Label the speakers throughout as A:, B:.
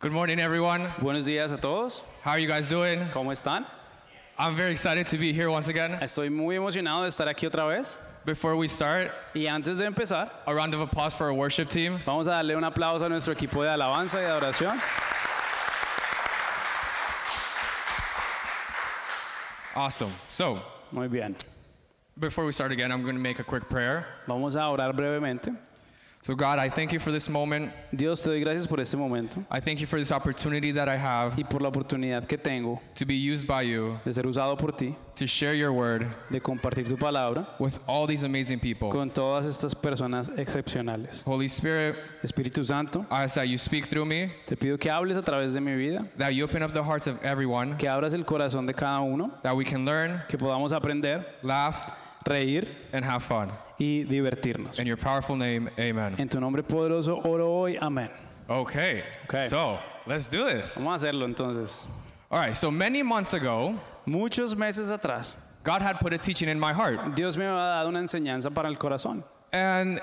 A: Good morning, everyone.
B: Buenos días a todos.
A: How are you guys doing?
B: ¿Cómo están?
A: I'm very excited to be here once again.
B: Estoy muy emocionado de estar aquí otra vez.
A: Before we start,
B: Y antes de empezar,
A: a round of applause for our worship team.
B: vamos a darle un aplauso a nuestro equipo de alabanza y adoración.
A: Awesome. So,
B: Muy bien.
A: before we start again, I'm going to make a quick prayer.
B: Vamos a orar brevemente.
A: So, God, I thank you for this moment.
B: Dios, te doy gracias por este momento
A: I thank you for this opportunity that I have
B: y por la oportunidad que tengo
A: to be used by you
B: de ser usado por ti,
A: to share your word
B: de compartir tu palabra
A: with all these amazing people.
B: con todas estas personas excepcionales.
A: Holy Spirit,
B: Espíritu Santo,
A: I ask that you speak through me,
B: te pido que hables a través de mi vida,
A: that you open up the hearts of everyone,
B: que abras el corazón de cada uno,
A: that we can learn,
B: que podamos aprender,
A: laugh,
B: reír
A: and have fun.
B: y divertirnos.
A: In your powerful name, amen.
B: En tu nombre poderoso oro hoy, amén.
A: Okay.
B: Okay.
A: So, let's do this.
B: Vamos a hacerlo entonces.
A: All right, so many months ago,
B: Muchos meses atrás,
A: God had put a teaching in my heart.
B: Dios me había dado una enseñanza para el corazón.
A: And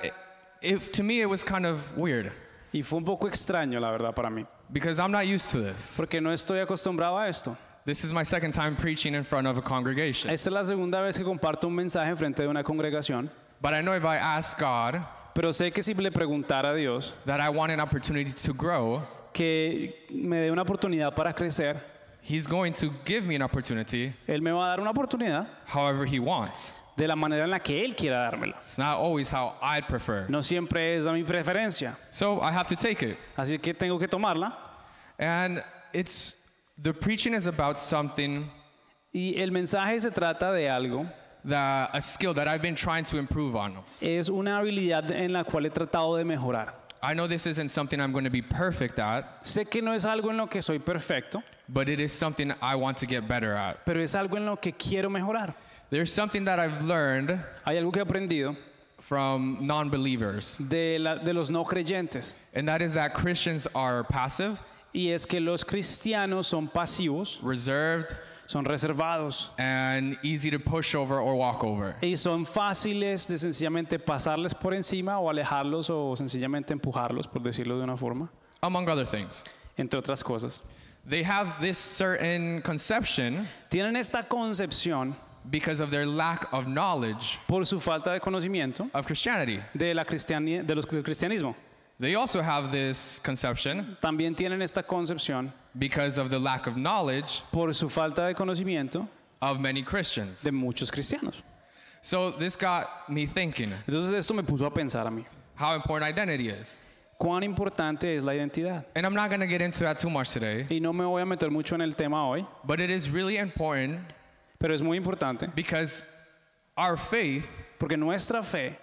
A: if to me it was kind of weird
B: Y fue un poco extraño, la verdad, para mí.
A: because I'm not used to this.
B: Porque no estoy acostumbrado a esto.
A: This is my second time preaching in front of a congregation.
B: Esta es la segunda vez que comparto un mensaje en frente de una congregación.
A: But I know if I ask God
B: Pero sé que si le preguntara a Dios
A: that I want an opportunity to grow,
B: que me dé una oportunidad para crecer,
A: He's going to give me an opportunity
B: Él me va a dar una oportunidad
A: however He wants.
B: de la manera en la que Él quiera dármela.
A: It's not always how I'd prefer.
B: No siempre es a mi preferencia.
A: So I have to take it.
B: Así que tengo que tomarla.
A: And it's the preaching is about something
B: Y el mensaje se trata de algo
A: that a skill that I've been trying to improve on.
B: es una habilidad en la cual he tratado de mejorar.
A: I know this isn't something I'm going to be perfect at,
B: Sé que no es algo en lo que soy perfecto,
A: but it is something I want to get better at.
B: pero es algo en lo que quiero mejorar.
A: There's something that I've learned
B: Hay algo que he aprendido
A: from non believers,
B: de, la- de los no creyentes
A: and that is that Christians are passive,
B: y es que los cristianos son pasivos,
A: reserved,
B: son reservados
A: and easy to push over or walk over.
B: y son fáciles de sencillamente pasarles por encima o alejarlos o sencillamente empujarlos, por decirlo de una forma,
A: Among other things,
B: entre otras cosas.
A: they have this certain conception
B: Tienen esta concepción
A: because of their lack of knowledge
B: por su falta de conocimiento
A: of Christianity.
B: de la cristiani- de los, del cristianismo.
A: They also have this conception
B: También tienen esta concepción
A: because of the lack of knowledge
B: por su falta de conocimiento
A: of many Christians.
B: de muchos cristianos.
A: So this got me thinking
B: Entonces esto me puso a pensar a mí,
A: how important identity is.
B: cuán importante es la identidad.
A: And I'm not going to get into that too much today,
B: Y no me voy a meter mucho en el tema hoy,
A: but it is really important
B: pero es muy importante
A: because our faith
B: porque nuestra fe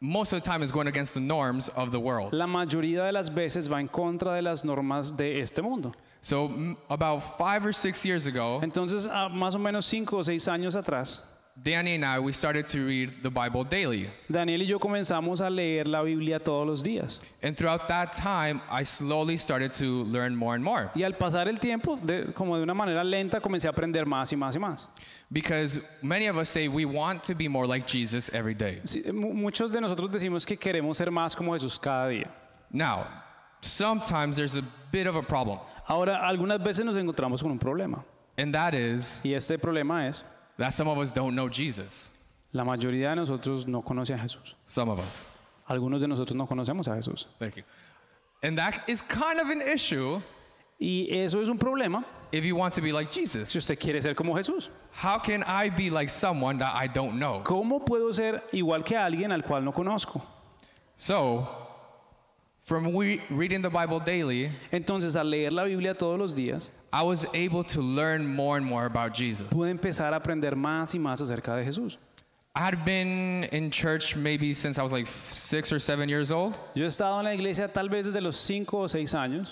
A: most of the time is going against the norms of the world.
B: la mayoría de las veces va en contra de las normas de este mundo.
A: So m- about 5 or 6 years ago,
B: Entonces, a más o menos cinco o seis años atrás,
A: Danny and I we started to read the Bible daily.
B: Daniel y yo comenzamos a leer la Biblia todos los días.
A: And throughout that time, I slowly started to learn more and more
B: Y al pasar el tiempo, de- como de una manera lenta, comencé a aprender más y más y más.
A: because many of us say we want to be more like Jesus every day.
B: Sí, mu- muchos de nosotros decimos que queremos ser más como Jesús cada día.
A: Now, sometimes there's a bit of a problem,
B: Ahora, algunas veces nos encontramos con un problema.
A: and that is
B: Y este problema es,
A: that some of us don't know Jesus.
B: la mayoría de nosotros no conoce a Jesús.
A: Some of us.
B: Algunos de nosotros no conocemos a Jesús.
A: Thank you. And that is kind of an issue
B: Y eso es un problema
A: if you want to be like
B: si
A: Jesus.
B: usted quiere ser como Jesús.
A: How can I be like someone that I don't know?
B: ¿Cómo puedo ser igual que alguien al cual no conozco?
A: So, from we- reading the Bible daily,
B: Entonces, al leer la Biblia todos los días,
A: I was able to learn more and more about Jesus.
B: pude empezar a aprender más y más acerca de Jesús.
A: I had been in church maybe since I was like f- six or seven years old,
B: Yo he estado en la iglesia tal vez desde los 5 o 6 años,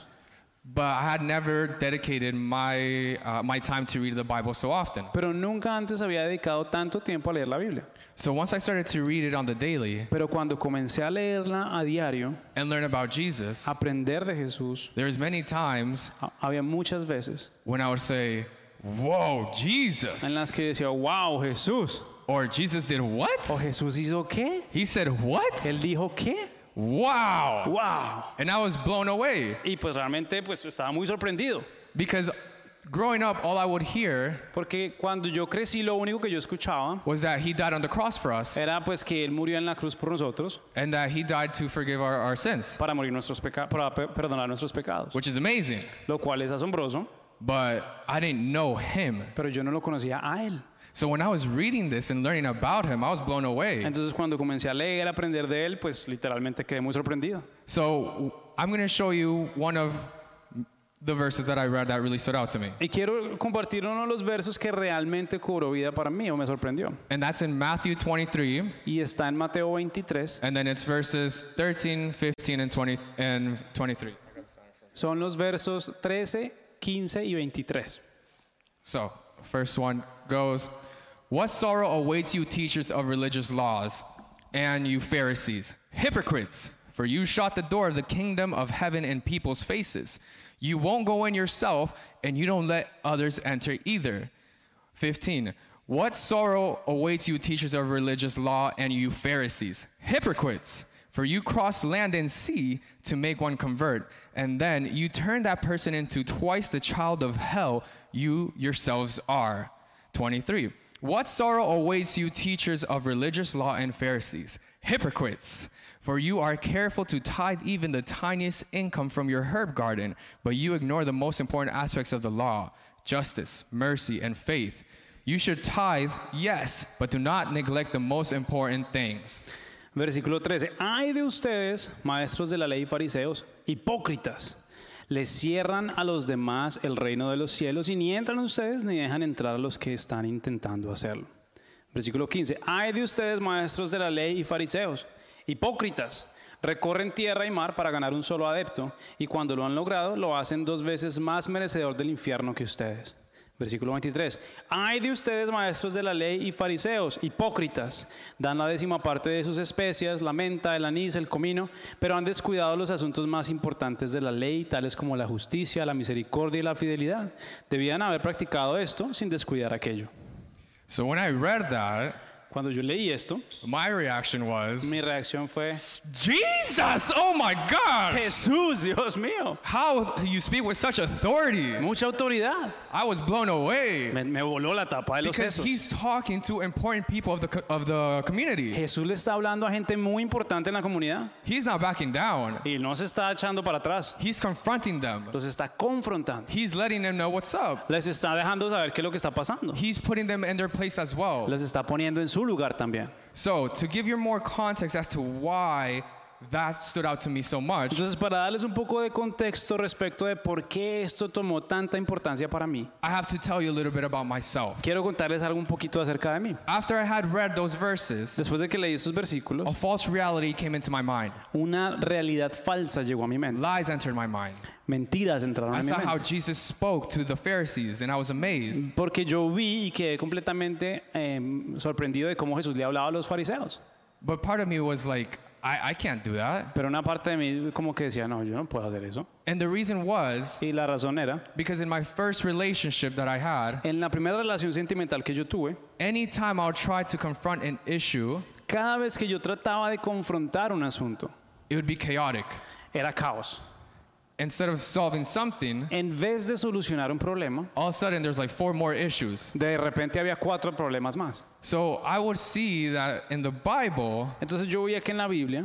A: but I had never dedicated my, uh, my time to read the Bible so often.
B: pero nunca antes había dedicado tanto tiempo a leer la Biblia.
A: So, once I started to read it on the daily
B: Pero cuando comencé a leerla a diario,
A: and learn about Jesus,
B: a aprender de Jesús,
A: there's many times
B: a- había muchas veces
A: when I would say, Whoa, Jesus.
B: en las que decía, wow, Jesús.
A: Or Jesus did what?
B: Oh, ¿O Jesús hizo qué?
A: He said what?
B: ¿Él dijo qué?
A: wow.
B: ¡Wow!
A: And I was blown away
B: Y pues realmente pues estaba muy sorprendido.
A: because growing up, all I would hear
B: Porque cuando yo crecí lo único que yo escuchaba
A: was that he died on the cross for us
B: era pues que Él murió en la cruz por nosotros
A: and that he died to forgive our, our sins,
B: para, morir nuestros peca- para pe- perdonar nuestros pecados.
A: which is amazing.
B: Lo cual es asombroso,
A: But I didn't know him.
B: pero yo no lo conocía a Él.
A: So when I was reading this and learning about him, I was blown away.
B: Entonces cuando comencé a leer, a aprender de Él, pues literalmente quedé muy sorprendido.
A: So I'm going to show you one of the verses that I read that really stood out to me.
B: Y quiero compartir uno de los versos que realmente cobró vida para mí o me sorprendió.
A: And that's in Matthew 23,
B: Y está en Mateo 23.
A: and then it's verses 13, 15, and 20 and 23.
B: Son los versos 13, 15 y 23.
A: So, first one goes, "What sorrow awaits you teachers of religious laws and you Pharisees, hypocrites, for you shut the door of the kingdom of heaven in people's faces. You won't go in yourself and you don't let others enter either." 15. What sorrow awaits you, teachers of religious law, and you Pharisees, hypocrites? For you cross land and sea to make one convert, and then you turn that person into twice the child of hell you yourselves are. 23. What sorrow awaits you, teachers of religious law and Pharisees, hypocrites? For you are careful to tithe even the tiniest income from your herb garden, but you ignore the most important aspects of the law justice, mercy, and faith. You should tithe, yes, but do not neglect the most important things.
B: Versículo 13. Ay de ustedes, maestros de la ley y fariseos, hipócritas. Les cierran a los demás el reino de los cielos y ni entran ustedes ni dejan entrar a los que están intentando hacerlo. Versículo 15. Ay de ustedes, maestros de la ley y fariseos, hipócritas. Recorren tierra y mar para ganar un solo adepto y cuando lo han logrado lo hacen dos veces más merecedor del infierno que ustedes. Versículo 23. Ay de ustedes, maestros de la ley y fariseos, hipócritas. Dan la décima parte de sus especias, la menta, el anís, el comino, pero han descuidado los asuntos más importantes de la ley, tales como la justicia, la misericordia y la fidelidad. Debían haber practicado esto sin descuidar aquello.
A: So when I read that,
B: Cuando yo leí esto,
A: my reaction was,
B: mi reacción fue,
A: Jesus, oh my gosh!
B: Jesús, Dios mío,
A: How you speak with such authority.
B: mucha autoridad.
A: I was blown away.
B: Me, me voló la tapa de los
A: Because
B: sesos.
A: he's talking to important people of the, co- of the community.
B: Jesús le está hablando a gente muy importante en la comunidad
A: He's not backing down.
B: y no se está echando para atrás.
A: He's confronting them.
B: los está confrontando.
A: He's letting them know what's up.
B: Les está dejando saber qué es lo que está pasando.
A: He's putting them in their place as well.
B: Les está poniendo en su lugar también.
A: So, to give you more context as to why that stood out to me so much,
B: Entonces, para darles un poco de contexto respecto de por qué esto tomó tanta importancia para mí,
A: I have to tell you a little bit about myself.
B: quiero contarles algo un poquito acerca de mí.
A: After I had read those verses,
B: Después de que leí estos versículos,
A: a false reality came into my mind.
B: una realidad falsa llegó a mi mente.
A: Lies entered my mind.
B: Mentiras entraron
A: I
B: a mi
A: saw how
B: mente.
A: Jesus spoke to the Pharisees, and I was amazed.
B: Porque yo vi y quedé completamente eh, sorprendido de cómo Jesús le hablaba a los fariseos.
A: But part of me was like, I, I can't do that.
B: Pero una parte de mí como que decía, no, yo no puedo hacer eso.
A: And the reason was
B: Y la razón era,
A: because in my first relationship that I had,
B: en la primera relación sentimental que yo tuve,
A: anytime I would try to confront an issue,
B: Cada vez que yo trataba de confrontar un asunto,
A: it would be chaotic.
B: era caos.
A: Instead of solving something,
B: En vez de solucionar un problema,
A: all of a sudden there's like four more issues.
B: de repente había cuatro problemas más.
A: So I would see that in the Bible,
B: Entonces yo veía que en la Biblia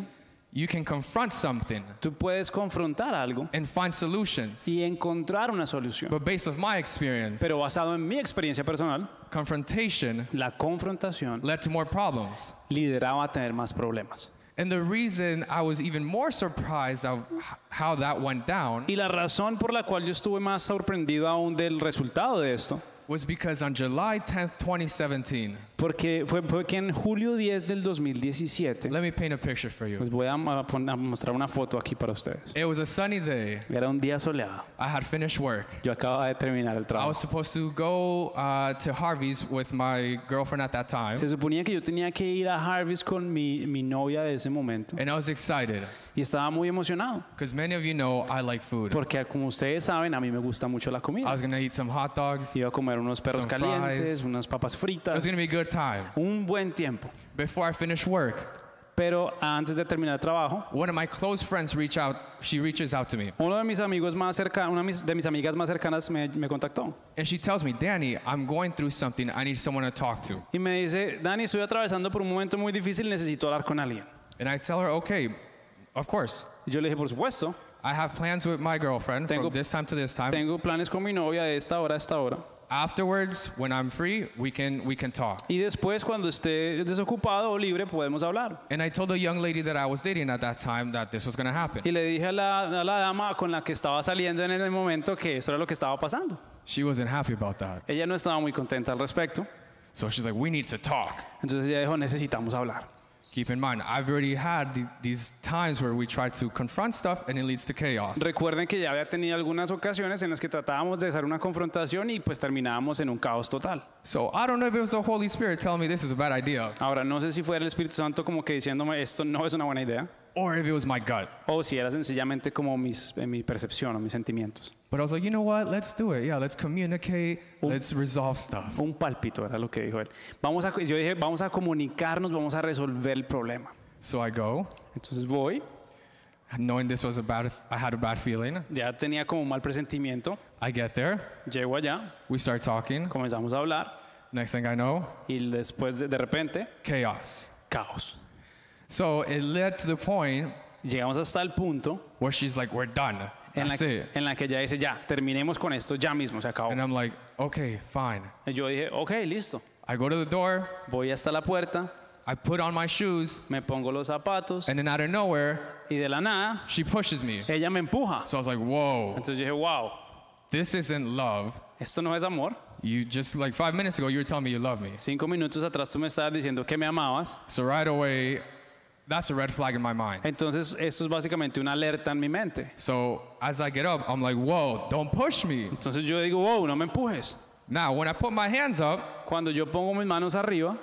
A: you can confront something
B: tú puedes confrontar algo
A: and find solutions.
B: y encontrar una solución.
A: But based on my experience,
B: Pero basado en mi experiencia personal,
A: confrontation
B: la confrontación
A: led to more problems.
B: lideraba a tener más problemas.
A: And the reason I was even more surprised of h- how that went down
B: Y la razón por la cual yo estuve más sorprendido aún del resultado de esto,
A: was because on July 10th, 2017,
B: porque fue, fue que en julio 10 del 2017,
A: let me paint a picture for you.
B: les voy a ma- pon- a mostrar una foto aquí para ustedes.
A: It was a sunny day.
B: Era un día soleado.
A: I had finished work.
B: Yo acababa de terminar el
A: I
B: trabajo.
A: was supposed to go uh, to Harvey's with my girlfriend at that time,
B: Se suponía que yo tenía que ir a Harvest con mi, mi novia de ese momento
A: and I was excited
B: y estaba muy emocionado
A: because many of you know I like food.
B: porque como ustedes saben a mí me gusta mucho la
A: I
B: comida.
A: was gonna eat some hot dogs. It
B: Iba a comer unos perros
A: Some Ah, fries.
B: calientes, unas papas fritas,
A: was gonna be a good time.
B: un buen tiempo.
A: Before I finished work,
B: Pero antes de terminar el trabajo,
A: One of my close friends reach out, she reaches out to me
B: uno de mis amigos más cerca, una de mis- de mis amigas más cercanas me, me contactó
A: and she tells me, "Danny, I'm going through something. I need someone to talk to."
B: y me dice, Dani, estoy atravesando por un momento muy difícil, necesito hablar con alguien.
A: And I tell her, "Okay, of course.
B: Y yo le dije, por supuesto,
A: I have plans with my girlfriend
B: Tengo-
A: from this time to this time.
B: tengo planes con mi novia de esta hora a esta hora.
A: Afterwards, when I'm free, we can we can talk."
B: Y después, cuando esté desocupado o libre, podemos hablar.
A: And I told the young lady that I was dating at that time that this was going to happen.
B: Y le dije a la, a la dama con la que estaba saliendo en el momento que eso era lo que estaba pasando.
A: She wasn't happy about that.
B: Ella no estaba muy contenta al respecto.
A: So she's like, "We need to talk."
B: Entonces ella dijo, necesitamos hablar.
A: Keep in mind, I've already had the- these times where we try to confront stuff and it leads to chaos.
B: Recuerden que ya había tenido algunas ocasiones en las que tratábamos de hacer una confrontación y pues terminábamos en un caos total.
A: So I don't know if it was the Holy Spirit telling me this is a bad idea
B: Ahora, no sé si fue el Espíritu Santo como que diciéndome esto no es una buena idea,
A: or if it was my gut.
B: o si era sencillamente como mis, eh, mi percepción o mis sentimientos.
A: But I was like, you know what? Let's do it. Yeah, let's communicate. Let's resolve stuff.
B: Un palpito era lo que dijo él. Vamos a, yo dije, vamos a comunicarnos, vamos a resolver el problema.
A: So I go,
B: Entonces voy,
A: knowing this was a bad, I had a bad feeling.
B: ya tenía como un mal presentimiento,
A: I get there.
B: llego allá,
A: We start talking.
B: comenzamos a hablar
A: Next thing I know,
B: y después de, de repente,
A: chaos.
B: caos.
A: So it led to the point
B: Llegamos hasta el punto
A: where she's like, we're done.
B: en la,
A: That's it.
B: en la que ella dice, ya, terminemos con esto, ya mismo, se acabó.
A: And I'm like, okay, fine.
B: Y yo dije, ok, listo.
A: I go to the door.
B: Voy hasta la puerta,
A: I put on my shoes.
B: me pongo los zapatos
A: And then out of nowhere,
B: y de la nada,
A: she pushes me.
B: ella me empuja.
A: So I was like, whoa,
B: Entonces yo dije, wow,
A: this isn't love.
B: esto no es amor.
A: You just like five minutes ago, you were telling me you love me.
B: Cinco minutos atrás tú me estabas diciendo que me amabas.
A: So right away, that's a red flag in my mind.
B: Entonces esto es básicamente una alerta en mi mente.
A: So as I get up, I'm like, whoa, don't push me.
B: Entonces yo digo, wow, no me empujes.
A: Now, when I put my hands up,
B: Cuando yo pongo mis manos arriba,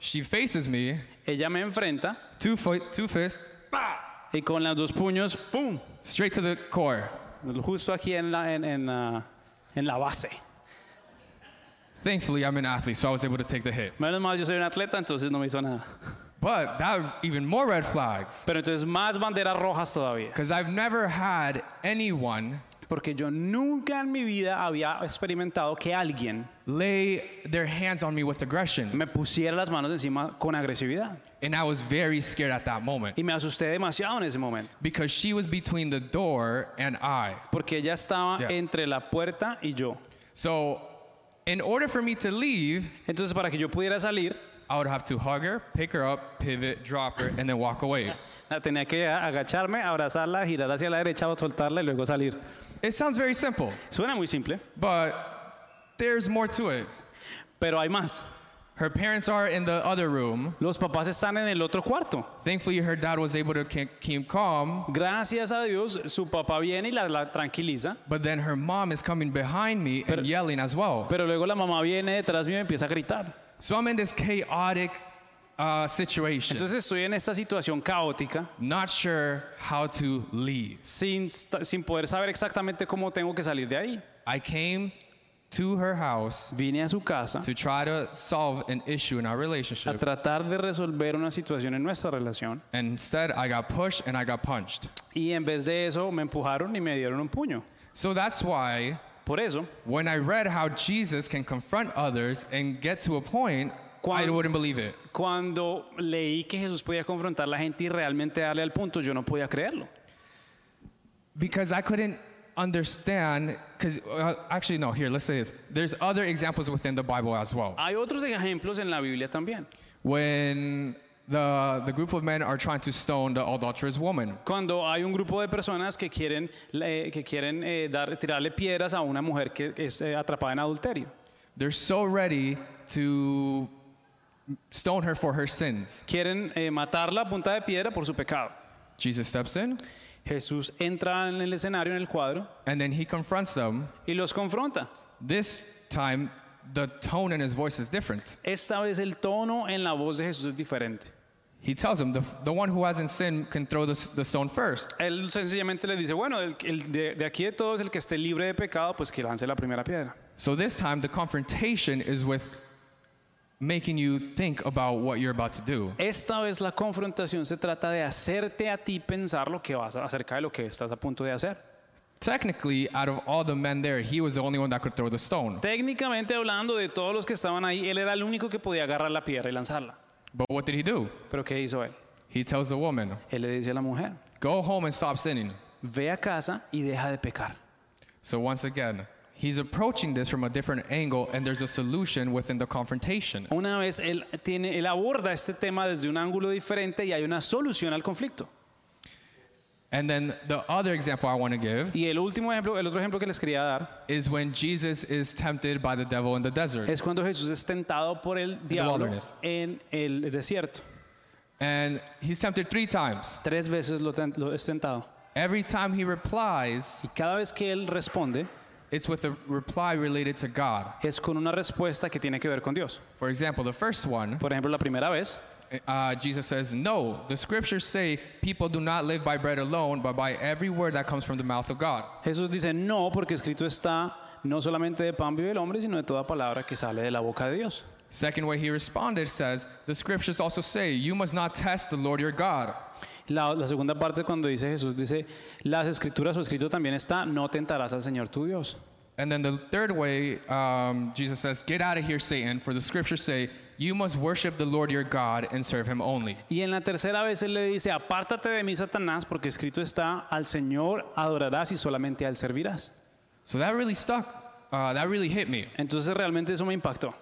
A: she faces me,
B: ella me enfrenta
A: two foot, two fist,
B: y con los dos puños, ¡pum!
A: straight to the core.
B: Justo aquí en la, en, en la, en la base.
A: Thankfully, I'm an athlete, so I was able to take the hit.
B: Menos mal, yo soy un atleta, entonces no me hizo nada.
A: But that even more red flags,
B: Pero entonces más banderas rojas todavía.
A: because I've never had anyone
B: Porque yo nunca en mi vida había experimentado que alguien
A: lay their hands on me with aggression,
B: me pusiera las manos encima con agresividad.
A: and I was very scared at that moment
B: Y me asusté demasiado en ese momento.
A: because she was between the door and I.
B: Porque ella estaba
A: Yeah.
B: entre la puerta y yo.
A: So, in order for me to leave,
B: Entonces, para que yo pudiera salir,
A: I would have to hug her, pick her up, pivot, drop her, and then walk away.
B: la tenía que agacharme, abrazarla, girar hacia la derecha o soltarla y luego salir.
A: It sounds very simple,
B: Suena muy simple,
A: but there's more to it.
B: pero hay más.
A: Her parents are in the other room.
B: Los papás están en el otro cuarto.
A: Thankfully, her dad was able to ke- keep calm,
B: Gracias a Dios, su papá viene y la, la tranquiliza.
A: but then her mom is coming behind me and yelling as well.
B: Pero luego la mamá viene detrás mío y empieza a gritar.
A: So I'm in this chaotic uh, situation,
B: Entonces estoy en esta situación caótica,
A: not sure how to leave.
B: sin, sta- sin poder saber exactamente cómo tengo que salir de ahí.
A: I came to her house
B: Vine a su casa
A: to try to solve an issue in our
B: a
A: relationship.
B: tratar de resolver una situación en nuestra relación.
A: And instead, I got pushed and I got punched.
B: Y en vez de eso, me empujaron y me dieron un puño.
A: So that's why
B: Por eso,
A: when I read how Jesus can confront others and get to a point, I
B: Cuando-
A: wouldn't believe it.
B: cuando leí que Jesús podía confrontar a la gente y realmente darle al punto, yo no podía creerlo.
A: Because I couldn't understand, because uh, actually, no, here, let's say this. There's other examples within the Bible as well.
B: Hay otros ejemplos en la Biblia también.
A: When the, the group of men are trying to stone the adulterous woman,
B: Cuando hay un grupo de personas que quieren, eh, que quieren eh, dar, tirarle piedras a una mujer que es eh, atrapada en adulterio.
A: they're so ready to stone her for her sins.
B: Quieren eh, matarla a punta de piedra por su pecado.
A: Jesus steps in,
B: Jesús entra en el escenario, en el cuadro,
A: and then he confronts them.
B: y los confronta.
A: This time, the tone in his voice is different.
B: Esta vez el tono en la voz de Jesús es diferente.
A: He tells them, the, the one who hasn't sinned can throw the, s- the stone first.
B: Él sencillamente les dice, bueno, el, el de, de aquí de todos, el que esté libre de pecado, pues que lance la primera piedra.
A: So this time, the confrontation is with making you think about what you're about to do.
B: Esta vez la confrontación se trata de hacerte a ti pensar lo que vas a, acerca de lo que estás a punto de hacer.
A: Technically, out of all the men there, he was the only one that could throw the stone.
B: Técnicamente hablando de todos los que estaban ahí, él era el único que podía agarrar la piedra y lanzarla.
A: But what did he do?
B: Pero ¿qué hizo él?
A: He tells the woman,
B: Él le dice a la mujer,
A: Go home and stop sinning.
B: ve a casa y deja de pecar.
A: So once again, he's approaching this from a different angle, and there's a solution within the confrontation.
B: Una vez él, tiene, él aborda este tema desde un ángulo diferente y hay una solución al conflicto.
A: And then the other example I want to give
B: Y el último ejemplo, el otro ejemplo que les quería dar,
A: is when Jesus is tempted by the devil in the desert.
B: es cuando Jesús es tentado por el diablo
A: wilderness.
B: en el desierto.
A: And he's tempted three times.
B: Tres veces lo, ten- lo es tentado.
A: Every time he replies,
B: Y cada vez que él responde,
A: it's with a reply related to God.
B: es con una respuesta que tiene que ver con Dios.
A: For example, the first one,
B: Por ejemplo, la primera vez,
A: uh, Jesus says, No, the scriptures say people do not live by bread alone, but by every word that comes from the mouth of God.
B: Jesús dice, no, porque escrito está no solamente de pan vive el hombre, sino de toda palabra que sale de la boca de Dios.
A: Second way he responded says, The scriptures also say, You must not test the Lord your God.
B: La, la segunda parte cuando dice Jesús, dice, las escrituras o escrito también está, no tentarás al Señor tu Dios.
A: And then the third way, um, Jesus says, Get out of here, Satan, for the scriptures say, You must worship the Lord your God and serve him only.
B: Y en la tercera vez él le dice, apártate de mí, Satanás, porque escrito está, al Señor adorarás y solamente a él servirás.
A: So that really stuck. Uh, that really hit me.
B: Entonces realmente eso me impactó,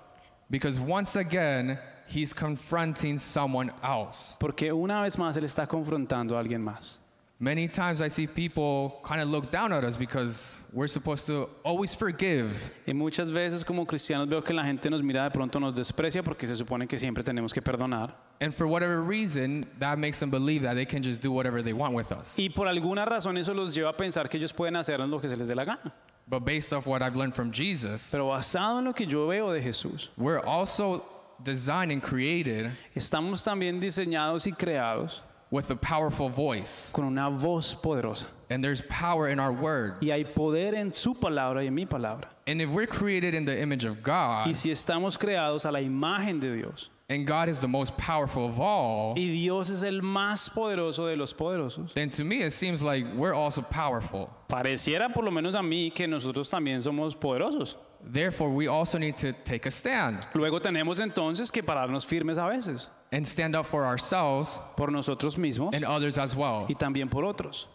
A: Because once again, he's confronting someone else.
B: porque una vez más él está confrontando a alguien más.
A: Many times I see people kind of look down at us because we're supposed to always forgive.
B: Y muchas veces como cristianos veo que la gente nos mira de pronto, nos desprecia porque se supone que siempre tenemos que perdonar.
A: And for whatever reason, that makes them believe that they can just do whatever they want with us.
B: Y por alguna razón eso los lleva a pensar que ellos pueden hacer lo que se les dé la gana.
A: But based off what I've learned from Jesus,
B: Pero basado en lo que yo veo de Jesús,
A: we're also designed and created
B: estamos también diseñados y creados
A: with a powerful voice.
B: con una voz poderosa.
A: And there's power in our words.
B: Y hay poder en su palabra y en mi palabra.
A: And if we're created in the image of God,
B: Y si estamos creados a la imagen de Dios,
A: and God is the most powerful of all,
B: y Dios es el más poderoso de los poderosos,
A: then to me it seems like we're also powerful.
B: pareciera por lo menos a mí que nosotros también somos poderosos.
A: Therefore, we also need to take a stand
B: Luego tenemos entonces que pararnos firmes a veces,
A: and stand up for ourselves
B: por nosotros mismos
A: and others as well.
B: y también por otros.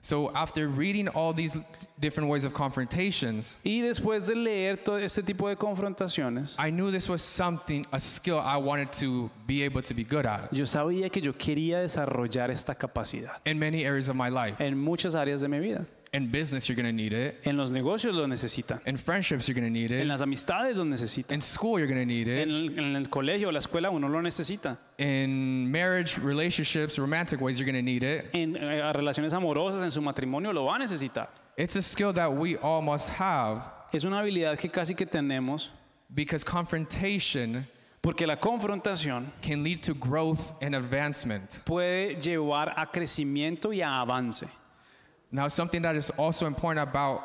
A: So, after reading all these different ways of confrontations,
B: Y después de leer todo este tipo de confrontaciones,
A: I knew this was something, a skill I wanted to be able to be good at
B: yo sabía que yo quería desarrollar esta capacidad
A: in many areas of my life.
B: en muchas áreas de mi vida.
A: In business, you're gonna need it.
B: En los negocios lo necesitan,
A: In friendships, you're gonna need
B: en
A: it.
B: las amistades lo necesitan,
A: In school, you're gonna need
B: en
A: it.
B: el, en el colegio o la escuela uno lo necesita,
A: In marriage, relationships, romantic ways, you're gonna need it.
B: en eh, relaciones amorosas, en su matrimonio lo va a necesitar.
A: It's a skill that we all must have
B: Es una habilidad que casi que tenemos
A: because confrontation
B: porque la confrontación
A: can lead to growth and advancement.
B: puede llevar a crecimiento y a avance.
A: Now, something that is also important about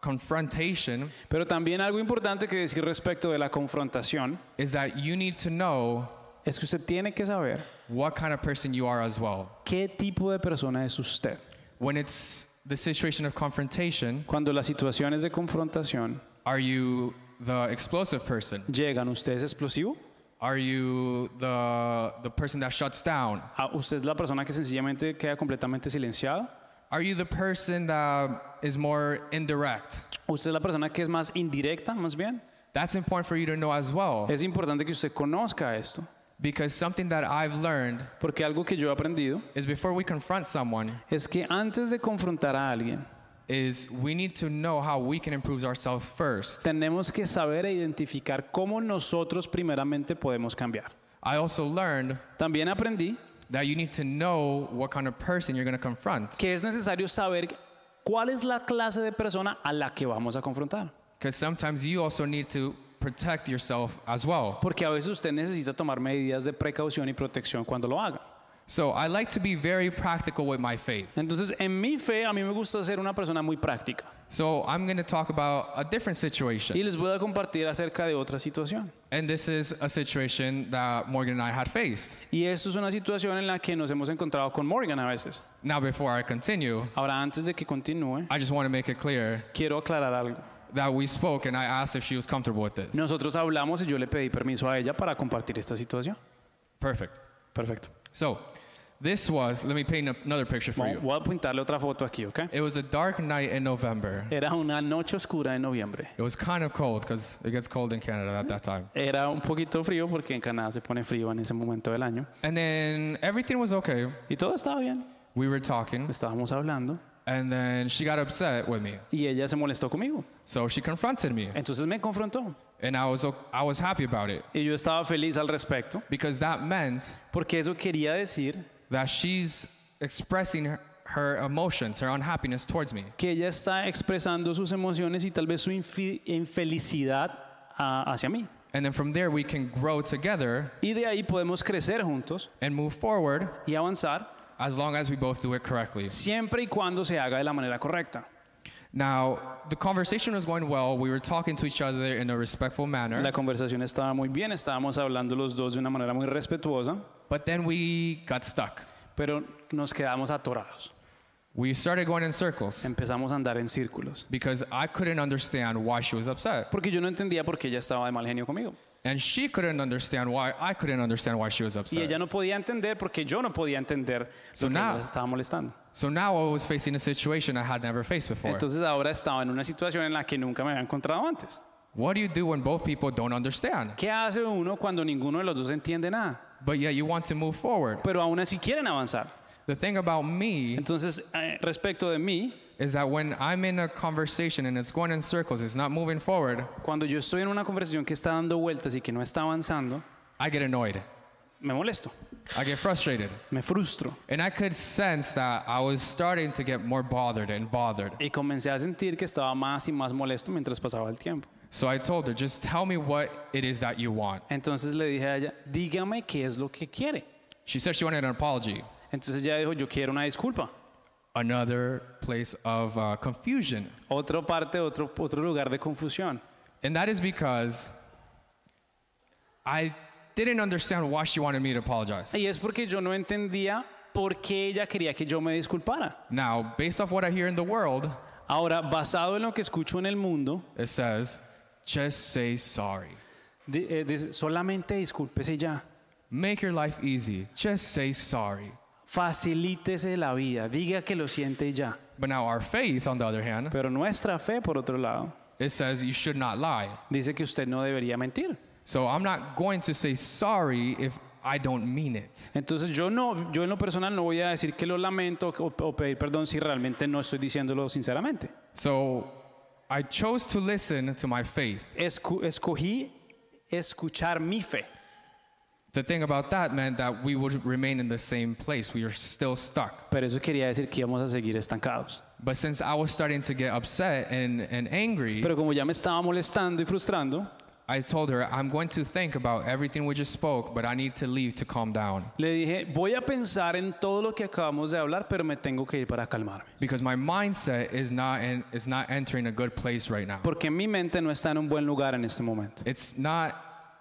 A: confrontation
B: Pero también algo importante que decir respecto de la confrontación
A: is that you need to know
B: es que usted tiene que saber
A: what kind of person you are as well.
B: ¿Qué tipo de persona es usted?
A: When it's the situation of confrontation,
B: Cuando las situaciones de confrontación
A: are you the explosive person?
B: llegan, ¿usted es explosivo?
A: Are you the, the person that shuts down?
B: ¿A- Ah, ¿Usted es la persona que sencillamente queda completamente silenciada?
A: Are you the person that is more indirect?
B: ¿Usted es la persona que es más indirecta, más bien?
A: That's important for you to know as well
B: Es importante que usted conozca esto,
A: because something that I've learned
B: porque algo que yo he aprendido
A: is before we confront someone
B: es que antes de confrontar a alguien,
A: is we need to know how we can improve ourselves first.
B: tenemos que saber e identificar cómo nosotros primeramente podemos cambiar.
A: I also learned
B: También aprendí
A: that you need to know what kind of person you're going to confront
B: que es necesario saber cuál es la clase de persona a la que vamos a confrontar.
A: because sometimes you also need to protect yourself as well.
B: Porque a veces usted necesita tomar medidas de precaución y protección cuando lo haga.
A: So I like to be very practical with my faith.
B: Entonces, en mi fe, a mí me gusta ser una persona muy práctica.
A: So I'm going to talk about a different
B: Y
A: situation.
B: les voy a compartir acerca de otra situación.
A: And this is a situation that Morgan and I had faced.
B: Y esto es una situación en la que nos hemos encontrado con Morgan a veces.
A: Now, before I continue,
B: Ahora, antes de que continúe,
A: I just want to make it clear
B: quiero aclarar algo.
A: that we spoke and I asked if she was comfortable with this.
B: Nosotros hablamos y yo le pedí permiso a ella para compartir esta situación.
A: Perfect.
B: Perfecto.
A: So this was, let me paint another picture for
B: Bueno,
A: you.
B: voy a apuntarle otra foto aquí, ¿ok?
A: It was a dark night in November.
B: Era una noche oscura de noviembre.
A: It was kind of cold because it gets cold in Canada at that time.
B: Era un poquito frío porque en Canadá se pone frío en ese momento del año.
A: And then everything was okay.
B: Y todo estaba bien.
A: We were talking,
B: Estábamos hablando
A: and then she got upset with me.
B: y ella se molestó conmigo.
A: So she confronted me,
B: Entonces me confrontó
A: and I was, o- I was happy about it
B: y yo estaba feliz al respecto
A: because that meant
B: porque eso quería decir
A: that she's expressing her, her emotions, her unhappiness towards me.
B: que ella está expresando sus emociones y tal vez su infi- infelicidad a- hacia mí.
A: And then from there, we can grow together
B: Y de ahí podemos crecer juntos
A: and move forward
B: y avanzar
A: as long as we both do it correctly.
B: siempre y cuando se haga de la manera correcta.
A: Now, the conversation was going well. We were talking to each other in a respectful manner,
B: La conversación estaba muy bien, estábamos hablando los dos de una manera muy respetuosa,
A: but then we got stuck.
B: pero nos quedamos atorados.
A: We started going in circles.
B: Empezamos a andar en círculos.
A: because I couldn't understand why she was upset.
B: Porque yo no entendía por qué ella estaba de mal genio conmigo.
A: And she couldn't understand why I couldn't understand why she was
B: Y
A: upset.
B: ella no podía entender porque yo no podía entender
A: So
B: lo que
A: now-
B: ella estaba molestando.
A: So now I was facing a situation I had never faced before.
B: Entonces ahora estaba en una situación en la que nunca me había encontrado antes.
A: what do you do when both people don't understand,
B: ¿Qué hace uno cuando ninguno de los dos entiende nada?
A: but yet you want to move forward?
B: Pero aún así quieren avanzar.
A: The thing about me
B: Entonces, eh, respecto de mí,
A: is that when I'm in a conversation and it's going in circles, it's not moving forward,
B: cuando yo estoy en una conversación que está dando vueltas y que no está avanzando,
A: I get annoyed.
B: me molesto,
A: I get frustrated.
B: me frustro.
A: And I could sense that I was starting to get more bothered and bothered.
B: Y comencé a sentir que estaba más y más molesto mientras pasaba el tiempo.
A: So I told her, just tell me what it is that you want.
B: Entonces le dije a ella, dígame qué es lo que quiere.
A: She said she wanted an apology.
B: Entonces ella dijo, yo quiero una disculpa.
A: another place of uh, confusion.
B: Otra parte, otro, otro lugar de confusión.
A: And that is because I didn't understand why she wanted me to apologize.
B: Y es porque yo no entendía por qué ella quería que yo me disculpara.
A: Now, based off what I hear in the world,
B: Ahora, basado en lo que escucho en el mundo,
A: it says, just say sorry.
B: di- eh, dice, solamente discúlpese y ya.
A: Make your life easy. Just say sorry.
B: Facilítese la vida, diga que lo siente y ya.
A: But now, our faith, on the other hand,
B: Pero nuestra fe, por otro lado,
A: it says you should not lie.
B: dice que usted no debería mentir.
A: So I'm not going to say sorry if I don't mean it.
B: Entonces yo no, yo en lo personal no voy a decir que lo lamento o, o pedir perdón si realmente no estoy diciéndolo sinceramente.
A: So I chose to listen to my faith.
B: Escu- escogí escuchar mi fe.
A: The thing about that meant that we would remain in the same place. We are still stuck.
B: Pero eso quería decir que íbamos a seguir estancados.
A: But since I was starting to get upset and, and angry,
B: Pero como ya me estaba molestando y frustrando,
A: I told her, I'm going to think about everything we just spoke, but I need to leave to calm down.
B: le dije, voy a pensar en todo lo que acabamos de hablar, pero me tengo que ir para calmarme.
A: Because my mindset is not, in, is not entering a good place right now.
B: Porque mi mente no está en un buen lugar en este momento.
A: It's not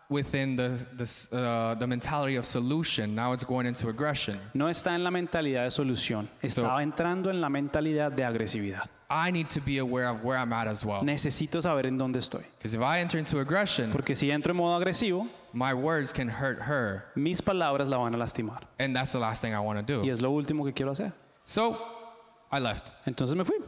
A: within the, the, s- uh, the mentality of solution. Now it's going into aggression.
B: No está en la mentalidad de solución, estaba entrando en la mentalidad de agresividad.
A: I need to be aware of where I'm at as well.
B: Necesito saber en dónde estoy.
A: Because if I enter into aggression,
B: Porque si entro en modo agresivo,
A: my words can hurt her.
B: mis palabras la van a lastimar.
A: And that's the last thing I want to do.
B: Y es lo último que quiero hacer.
A: So I left
B: Entonces me fui.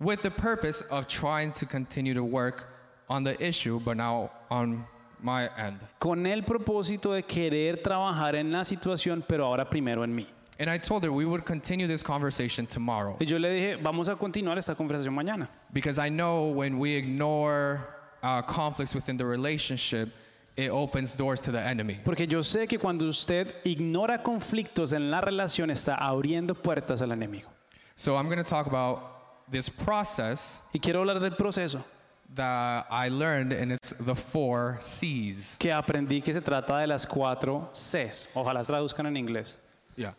A: with the purpose of trying to continue to work on the issue, but now on my end.
B: Con el propósito de querer trabajar en la situación, pero ahora primero en mí.
A: And I told her we would continue this conversation tomorrow
B: Y yo le dije, vamos a continuar esta conversación mañana.
A: because I know when we ignore uh, conflicts within the relationship, it opens doors to the enemy.
B: Porque yo sé que cuando usted ignora conflictos en la relación, está abriendo puertas al enemigo.
A: So I'm going to talk about this process
B: Y quiero hablar del proceso
A: that I learned, and it's the four C's.
B: que aprendí que se trata de las cuatro Cs. Ojalá se traduzcan en inglés.
A: Yeah.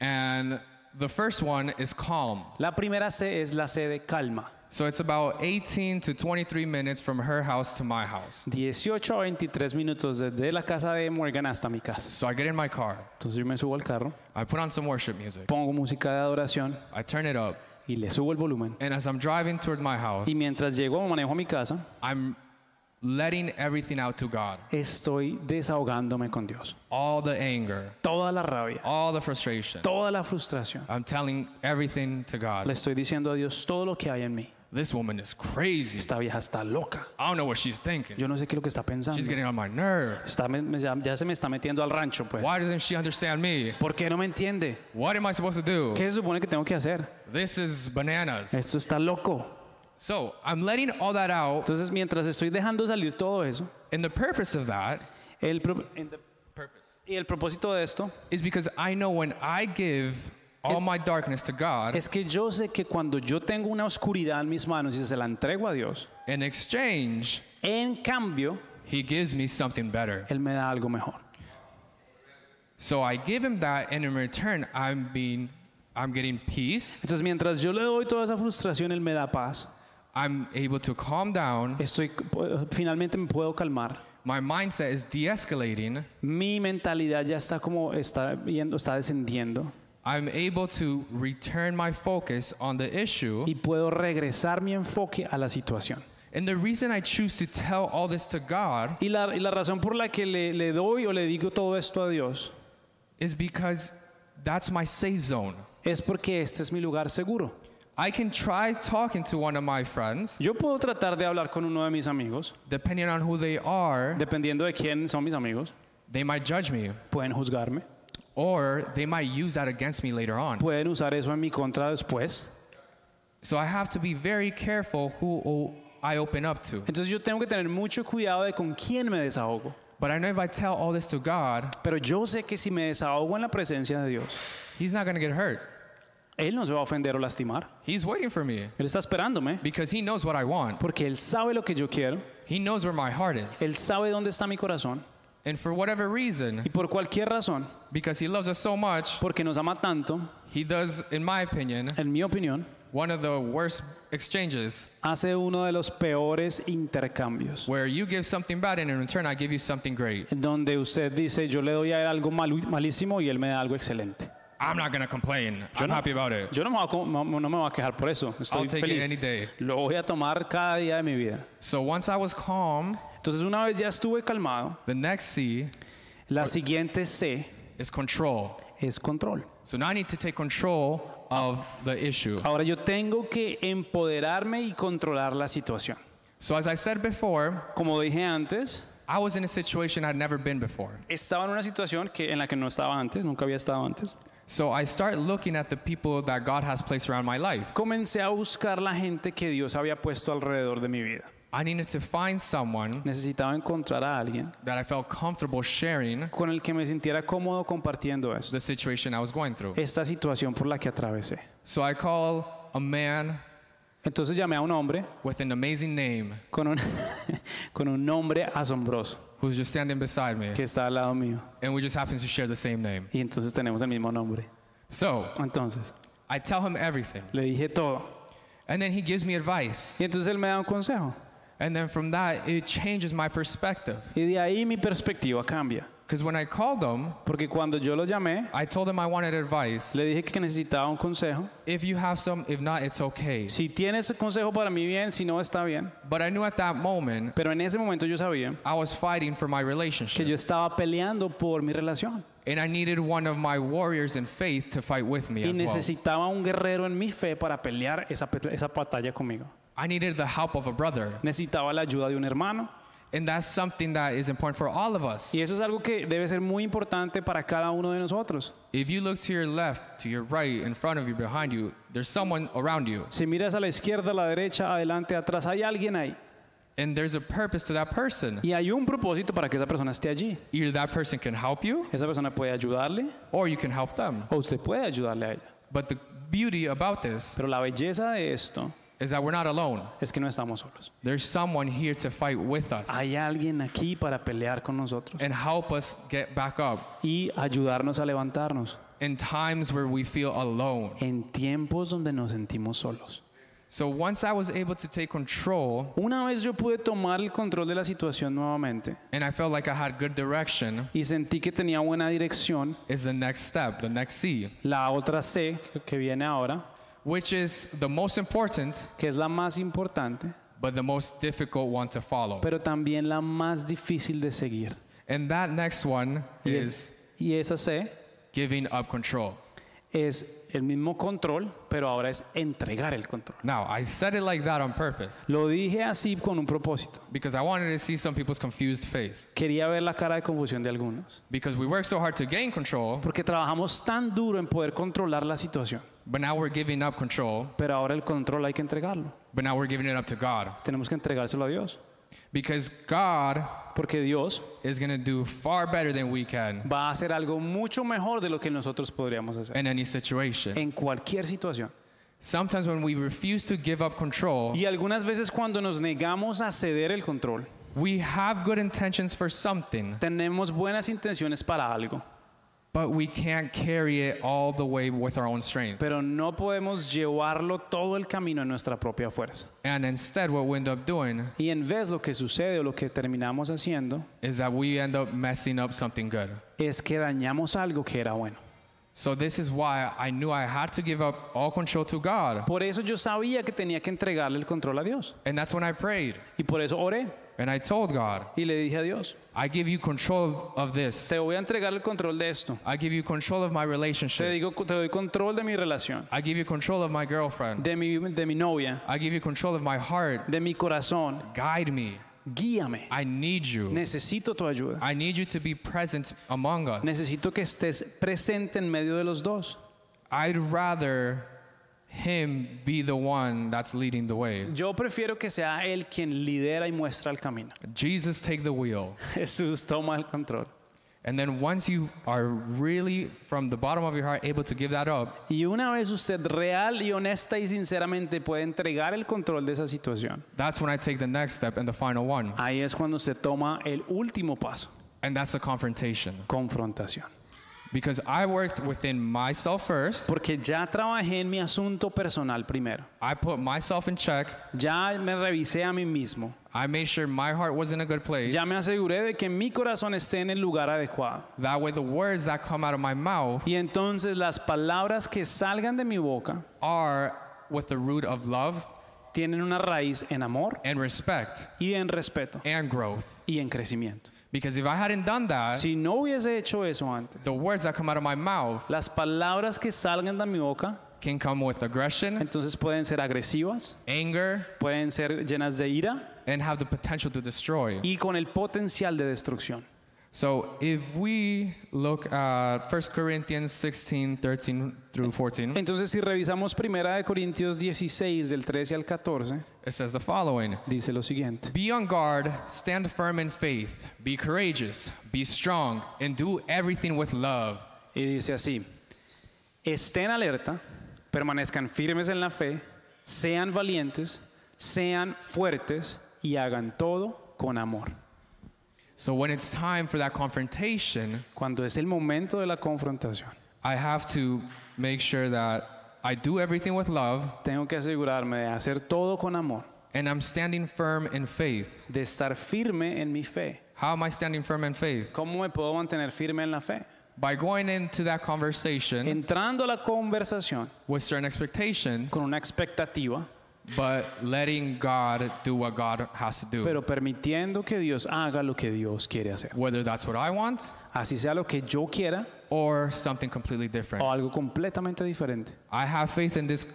A: And the first one is calm.
B: La primera C es la C de calma.
A: So it's about 18 to 23 minutes from her house to my house.
B: 18 a 23 minutos desde la casa de Morgan hasta mi casa.
A: So I get in my car.
B: Entonces yo me subo al carro,
A: I put on some worship music.
B: pongo música de adoración
A: I turn it up.
B: y le subo el volumen.
A: And as I'm driving toward my house,
B: Y mientras llego o manejo a mi casa,
A: I'm letting everything out to God.
B: estoy desahogándome con Dios.
A: All the anger,
B: Toda la rabia,
A: all the frustration.
B: toda la frustración.
A: I'm telling everything to
B: Le
A: God.
B: estoy diciendo a Dios todo lo que hay en mí.
A: This woman is crazy.
B: Esta vieja está loca.
A: I don't know what she's thinking.
B: Yo no sé qué es lo que está pensando.
A: She's getting on my nerve.
B: Está me- me- ya, ya se me está metiendo al rancho, pues.
A: Why doesn't she understand me?
B: ¿Por qué no me entiende?
A: What am I supposed to do?
B: ¿Qué se supone que tengo que hacer?
A: This is bananas.
B: Esto está loco.
A: So I'm letting all that out.
B: Entonces, mientras estoy dejando salir todo eso,
A: And the purpose of that
B: el pro- en- y el propósito de esto
A: is because I know when I give all my darkness to God
B: es que yo sé que cuando yo tengo una oscuridad en mis manos y se la entrego a Dios,
A: in exchange,
B: en cambio,
A: He gives me something better.
B: Él me da algo mejor.
A: So I give Him that, and in return, I'm being, I'm getting peace.
B: Entonces, mientras yo le doy toda esa frustración, Él me da paz.
A: I'm able to calm down.
B: Estoy, finalmente me puedo calmar.
A: My mindset is de-escalating.
B: Mi mentalidad ya está como está yendo, está descendiendo
A: I'm able to return my focus on the issue.
B: y puedo regresar mi enfoque a la situación.
A: And the reason I choose to tell all this to God
B: Y la, y la razón por la que le, le doy o le digo todo esto a Dios
A: is because that's my safe zone.
B: es porque este es mi lugar seguro.
A: I can try talking to one of my friends,
B: Yo puedo tratar de hablar con uno de mis amigos,
A: depending on who they are,
B: dependiendo de quién son mis amigos,
A: they might judge me
B: pueden juzgarme,
A: or they might use that against me later on.
B: pueden usar eso en mi contra después.
A: So I have to be very careful who o- I open up to.
B: Entonces yo tengo que tener mucho cuidado de con quién me desahogo.
A: But I know if I tell all this to God,
B: Pero yo sé que si me desahogo en la presencia de Dios,
A: He's not going to get hurt.
B: Él no se va a ofender o lastimar.
A: He's waiting for me
B: Él está esperándome
A: because He knows what I want.
B: porque Él sabe lo que yo quiero,
A: He knows where my heart is.
B: Él sabe dónde está mi corazón.
A: And for whatever reason,
B: Y por cualquier razón,
A: because He loves us so much,
B: porque nos ama tanto,
A: He does, in my opinion,
B: en mi opinión,
A: one of the worst exchanges
B: hace uno de los peores intercambios.
A: where you give something bad and in return I give you something great.
B: Donde usted dice, yo le doy a él algo malu- malísimo y él me da algo excelente.
A: I'm not gonna complain. I'm
B: no-
A: happy about it.
B: Yo no me, voy a, co- no- no me voy a quejar por eso. Estoy
A: I'll take it
B: feliz.
A: any day.
B: Lo voy a tomar cada día de mi vida.
A: So once I was calm,
B: Entonces, una vez ya estuve calmado,
A: the next C
B: la siguiente C
A: is control.
B: es control.
A: So now I need to take control of the issue.
B: Ahora yo tengo que empoderarme y controlar la situación.
A: So as I said before,
B: Como dije antes,
A: I was in a situation I'd never been before.
B: estaba en una situación que, en la que no estaba antes, nunca había estado antes.
A: So I start looking at the people that God has placed around my life.
B: Comencé a buscar la gente que Dios había puesto alrededor de mi vida.
A: I needed to find someone
B: Necesitaba encontrar a alguien
A: that I felt comfortable sharing
B: con el que me sintiera cómodo compartiendo esto,
A: the situation I was going through.
B: esta situación por la que atravesé.
A: So I call a man
B: Entonces llamé a un hombre
A: with an amazing name
B: con un, con un nombre asombroso
A: who's just standing beside me,
B: que está al lado mío.
A: and we just happen to share the same name.
B: Y entonces tenemos el mismo nombre.
A: So
B: Entonces,
A: I tell him everything,
B: le dije todo.
A: and then he gives me advice.
B: Y entonces él me da un consejo.
A: And then from that, it changes my perspective.
B: Y de ahí mi perspectiva cambia.
A: Because when I called him,
B: Porque cuando yo lo llamé,
A: I told him I wanted advice.
B: le dije que necesitaba un consejo.
A: If you have some, if not, it's okay.
B: Si tiene ese consejo para mí, bien. Si no, está bien.
A: But I knew at that moment,
B: Pero en ese momento yo sabía
A: I was fighting for my
B: que
A: relationship.
B: yo estaba peleando por mi relación.
A: And I needed one of my warriors in faith to fight with me
B: Y
A: as well.
B: necesitaba un guerrero en mi fe para pelear esa, pe- esa batalla conmigo.
A: I needed the help of a brother.
B: Necesitaba la ayuda de un hermano.
A: And that's something that is important for all of us.
B: Y eso es algo que debe ser muy importante para cada uno de nosotros.
A: If you look to your left, to your right, in front of you, behind you, there's someone around you.
B: Si miras a la izquierda, a la derecha, adelante, atrás, hay alguien ahí.
A: And there's a purpose to that person.
B: Y hay un propósito para que esa persona esté allí.
A: Either that person can help you
B: Esa persona puede ayudarle
A: or you can help them.
B: o usted puede ayudarle a ella.
A: But the beauty about this
B: Pero la belleza de esto
A: is that we're not alone.
B: es que no estamos solos.
A: There's someone here to fight with us
B: Hay alguien aquí para pelear con nosotros
A: and help us get back up.
B: y ayudarnos a levantarnos.
A: in times where we feel alone.
B: en tiempos donde nos sentimos solos.
A: So once I was able to take control
B: Una vez yo pude tomar el control de la situación nuevamente
A: and I felt like I had good direction,
B: y sentí que tenía buena dirección,
A: is the next step, the next C,
B: la otra C que viene ahora,
A: which is the most important
B: que es la más importante,
A: but the most difficult one to follow.
B: pero también la más difícil de seguir.
A: And that next one
B: Y,
A: is
B: es- y esa C
A: giving up control.
B: es el mismo control, pero ahora es entregar el control.
A: Now, I said it like that on purpose
B: Lo dije así con un propósito.
A: because I wanted to see some people's confused face.
B: Quería ver la cara de confusión de algunos,
A: Because we work so hard to gain control,
B: porque trabajamos tan duro en poder controlar la situación,
A: but now we're giving up control,
B: pero ahora el control hay que entregarlo.
A: but now we're giving it up to God.
B: Tenemos que entregárselo a Dios,
A: Because God
B: porque Dios
A: is going to do far better than we can
B: va a hacer algo mucho mejor de lo que nosotros podríamos hacer
A: in any situation.
B: en cualquier situación.
A: Sometimes when we refuse to give up control,
B: Y algunas veces cuando nos negamos a ceder el control,
A: we have good intentions for something,
B: tenemos buenas intenciones para algo,
A: but we can't carry it all the way with our own strength.
B: pero no podemos llevarlo todo el camino en nuestra propia fuerza.
A: And instead, what we end up doing
B: Y en vez lo que sucede o lo que terminamos haciendo
A: is that we end up messing up something good.
B: es que dañamos algo que era bueno.
A: So this is why I knew I had to give up all control to God.
B: Por eso yo sabía que tenía que entregarle el control a Dios.
A: And that's when I prayed
B: Y por eso oré
A: and I told God,
B: y le dije a Dios,
A: I give you control of this.
B: te voy a entregar el control de esto.
A: I give you control of my
B: Te
A: relationship.
B: digo, te doy control de mi relación,
A: I give you control of my girlfriend.
B: de mi, de mi novia,
A: I give you control of my heart.
B: de mi corazón.
A: Guide me.
B: Guíame.
A: I need you.
B: Necesito tu ayuda.
A: I need you to be present among us.
B: Necesito que estés presente en medio de los dos.
A: I'd rather him be the one that's leading the way.
B: Yo prefiero que sea Él quien lidera y muestra el camino.
A: Jesus, take the wheel.
B: Jesús toma el control.
A: And then once you are really, from the bottom of your heart, able to give that up,
B: Y una vez usted real y honesta y sinceramente puede entregar el control de esa situación,
A: that's when I take the next step and the final one.
B: ahí es cuando usted toma el último paso,
A: And that's the confrontation.
B: confrontación.
A: Because I worked within myself first,
B: Porque ya trabajé en mi asunto personal primero.
A: I put myself in check,
B: Ya me revisé a mí mismo.
A: I made sure my heart was in a good place.
B: Ya me aseguré de que mi corazón esté en el lugar adecuado.
A: That way, the words that come out of my mouth
B: Y entonces las palabras que salgan de mi boca
A: are with the root of love
B: tienen una raíz en amor
A: and respect
B: y en respeto
A: and growth.
B: y en crecimiento.
A: Because if I hadn't done that,
B: Si no hubiese hecho eso antes,
A: the words that come out of my mouth
B: las palabras que salgan de mi boca
A: can come with aggression,
B: entonces pueden ser agresivas,
A: anger,
B: pueden ser llenas de ira
A: and have the potential to destroy.
B: y con el potencial de destrucción.
A: So if we look at 1 Corinthians 16, 13 through 14,
B: Entonces si revisamos 1 Corintios 16 del 13 al 14,
A: it says the following.
B: dice lo siguiente.
A: Be on guard, stand firm in faith, be courageous, be strong, and do everything with love.
B: Y dice así, estén alerta, permanezcan firmes en la fe, sean valientes, sean fuertes y hagan todo con amor.
A: So when it's time for that confrontation,
B: Cuando es el momento de la confrontación,
A: I have to make sure that I do everything with love
B: tengo que asegurarme de hacer todo con amor,
A: and I'm standing firm in faith.
B: de estar firme en mi fe.
A: How am I standing firm in faith?
B: ¿Cómo me puedo mantener firme en la fe?
A: By going into that conversation
B: Entrando a la conversación
A: with certain expectations,
B: con una expectativa,
A: but letting God do what God has to do.
B: pero permitiendo que Dios haga lo que Dios quiere hacer.
A: Whether that's what I want
B: Así sea lo que yo quiera
A: or something completely different.
B: o algo completamente diferente.
A: I have faith in this.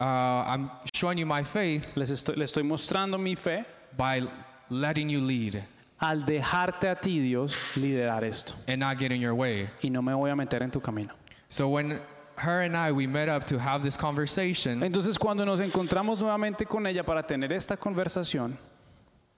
A: Uh, I'm showing you my faith
B: Les estoy, le estoy mostrando mi fe
A: by letting you lead
B: al dejarte a ti, Dios, liderar esto.
A: and not getting your way.
B: Y no me voy a meter en tu camino.
A: So when her and I we met up to have this conversation,
B: Entonces cuando nos encontramos nuevamente con ella para tener esta conversación,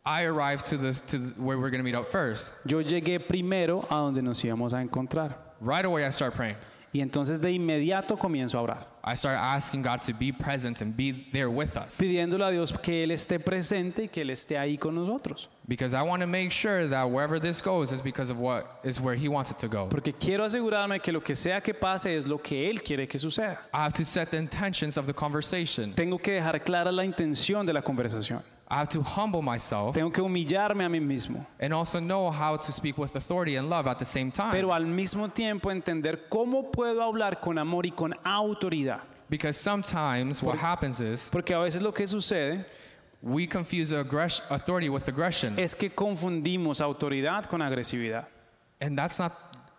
A: I arrived to this to th- where we're gonna meet up first.
B: yo llegué primero a donde nos íbamos a encontrar.
A: Right away, I start praying.
B: Y entonces de inmediato comienzo a orar,
A: I started asking God to be present and be there with us
B: pidiéndole a Dios que Él esté presente y que Él esté ahí con nosotros.
A: because I want to make sure that wherever this goes is because of what is where He wants it to go.
B: Porque quiero asegurarme que lo que sea que pase es lo que Él quiere que suceda.
A: I have to set the intentions of the conversation.
B: Tengo que dejar clara la intención de la conversación.
A: I have to humble myself
B: Tengo que humillarme a mí mismo,
A: and also know how to speak with authority and love at the same time.
B: pero al mismo tiempo entender cómo puedo hablar con amor y con autoridad.
A: Because sometimes what happens is
B: Porque a veces lo que sucede
A: we confuse aggress- authority with aggression,
B: es que confundimos autoridad con agresividad.
A: and that's not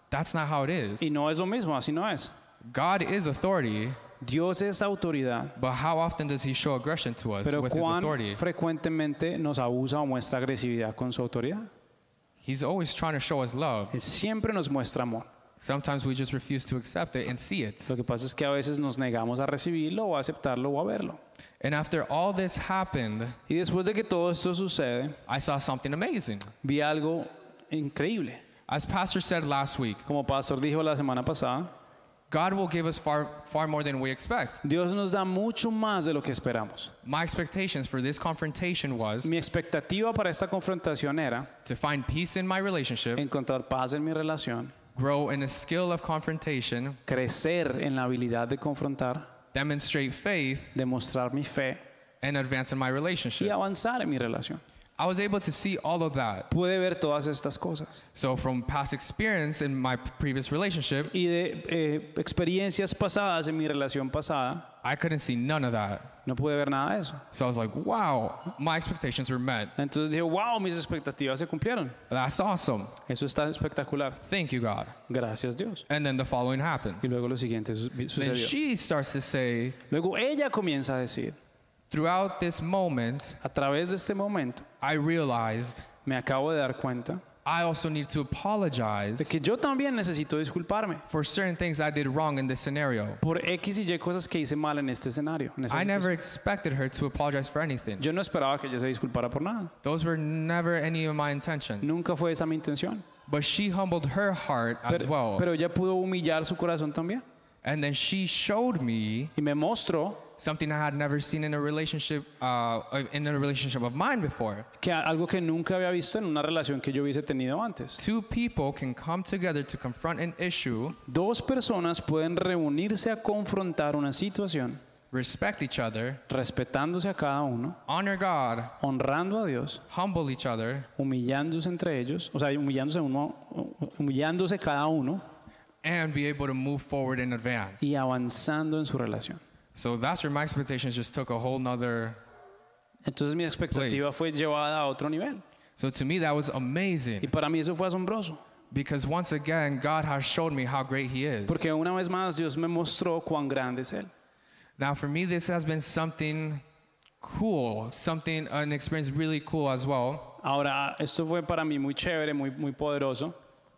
A: that's not how it is.
B: Y no es lo mismo, así no es.
A: God is authority,
B: Dios es autoridad,
A: but how often does He show aggression to us
B: pero
A: with His
B: cuán
A: Pues, authority?
B: frecuentemente nos abusa o muestra agresividad con su autoridad.
A: He's always trying to show us love.
B: Él siempre nos muestra amor.
A: Sometimes we just refuse to accept it and see it.
B: Lo que pasa es que a veces nos negamos a recibirlo o a aceptarlo o a verlo.
A: And after all this happened,
B: Y después de que todo esto sucede,
A: I saw something amazing.
B: vi algo increíble.
A: As Pastor said last week,
B: Como pastor dijo la semana pasada,
A: God will give us far far more than we expect.
B: Dios nos da mucho más de lo que esperamos.
A: My expectations for this confrontation was
B: Mi expectativa para esta confrontación era
A: to find peace in my relationship,
B: encontrar paz en mi relación,
A: grow in the skill of confrontation,
B: crecer en la habilidad de confrontar,
A: demonstrate faith,
B: demostrar mi fe
A: and advance in my
B: y
A: relationship.
B: avanzar en mi relación.
A: I was able to see all of that.
B: Pude ver todas estas cosas
A: So, from past experience in my previous relationship,
B: y de eh, experiencias pasadas en mi relación pasada,
A: I couldn't see none of that.
B: no pude ver nada de eso.
A: So, I was like, wow, my expectations were met.
B: Entonces dije, wow, mis expectativas se cumplieron.
A: That's awesome.
B: Eso está espectacular.
A: Thank you, God.
B: Gracias Dios.
A: And then the following
B: Y
A: happens.
B: luego lo siguiente su-
A: Then
B: sucedió.
A: she starts to say,
B: Luego ella comienza a decir,
A: throughout this moment,
B: a través de este momento,
A: I realized
B: me acabo de dar cuenta
A: I also need to
B: de
A: apologize
B: que yo también necesito disculparme
A: for certain things I did wrong in this scenario.
B: por X y Y cosas que hice mal en este escenario. en esa
A: I never
B: situación.
A: expected her to apologize for anything.
B: Yo no esperaba que ella se disculpara por nada.
A: Those were never any of my intentions.
B: Nunca fue esa mi intención.
A: But she humbled her heart as
B: Pero,
A: well.
B: pero ella pudo humillar su corazón también.
A: And then she showed me
B: Y me mostró
A: something I had never seen in a relationship, uh, in a relationship of mine before.
B: que a- algo que nunca había visto en una relación que yo hubiese tenido antes.
A: Two people can come together to confront an issue,
B: Dos personas pueden reunirse a confrontar una situación,
A: respect each other,
B: respetándose a cada uno,
A: honor God,
B: honrando a Dios,
A: humble each other,
B: humillándose entre ellos, o sea, humillándose uno, humillándose cada uno
A: and be able to move forward and advance.
B: y avanzando en su relación.
A: So that's where my expectations just took a whole nother.
B: Entonces mi expectativa
A: Please.
B: fue llevada a otro nivel.
A: So to me, that was
B: Y
A: amazing
B: para mí eso fue asombroso,
A: Pues. because once again, God has showed me how great He is.
B: porque una vez más Dios me mostró cuán grande es Él.
A: Now, for me, this has been something cool, something, an experience really cool as well.
B: Ahora, esto fue para mí muy chévere, muy, muy poderoso,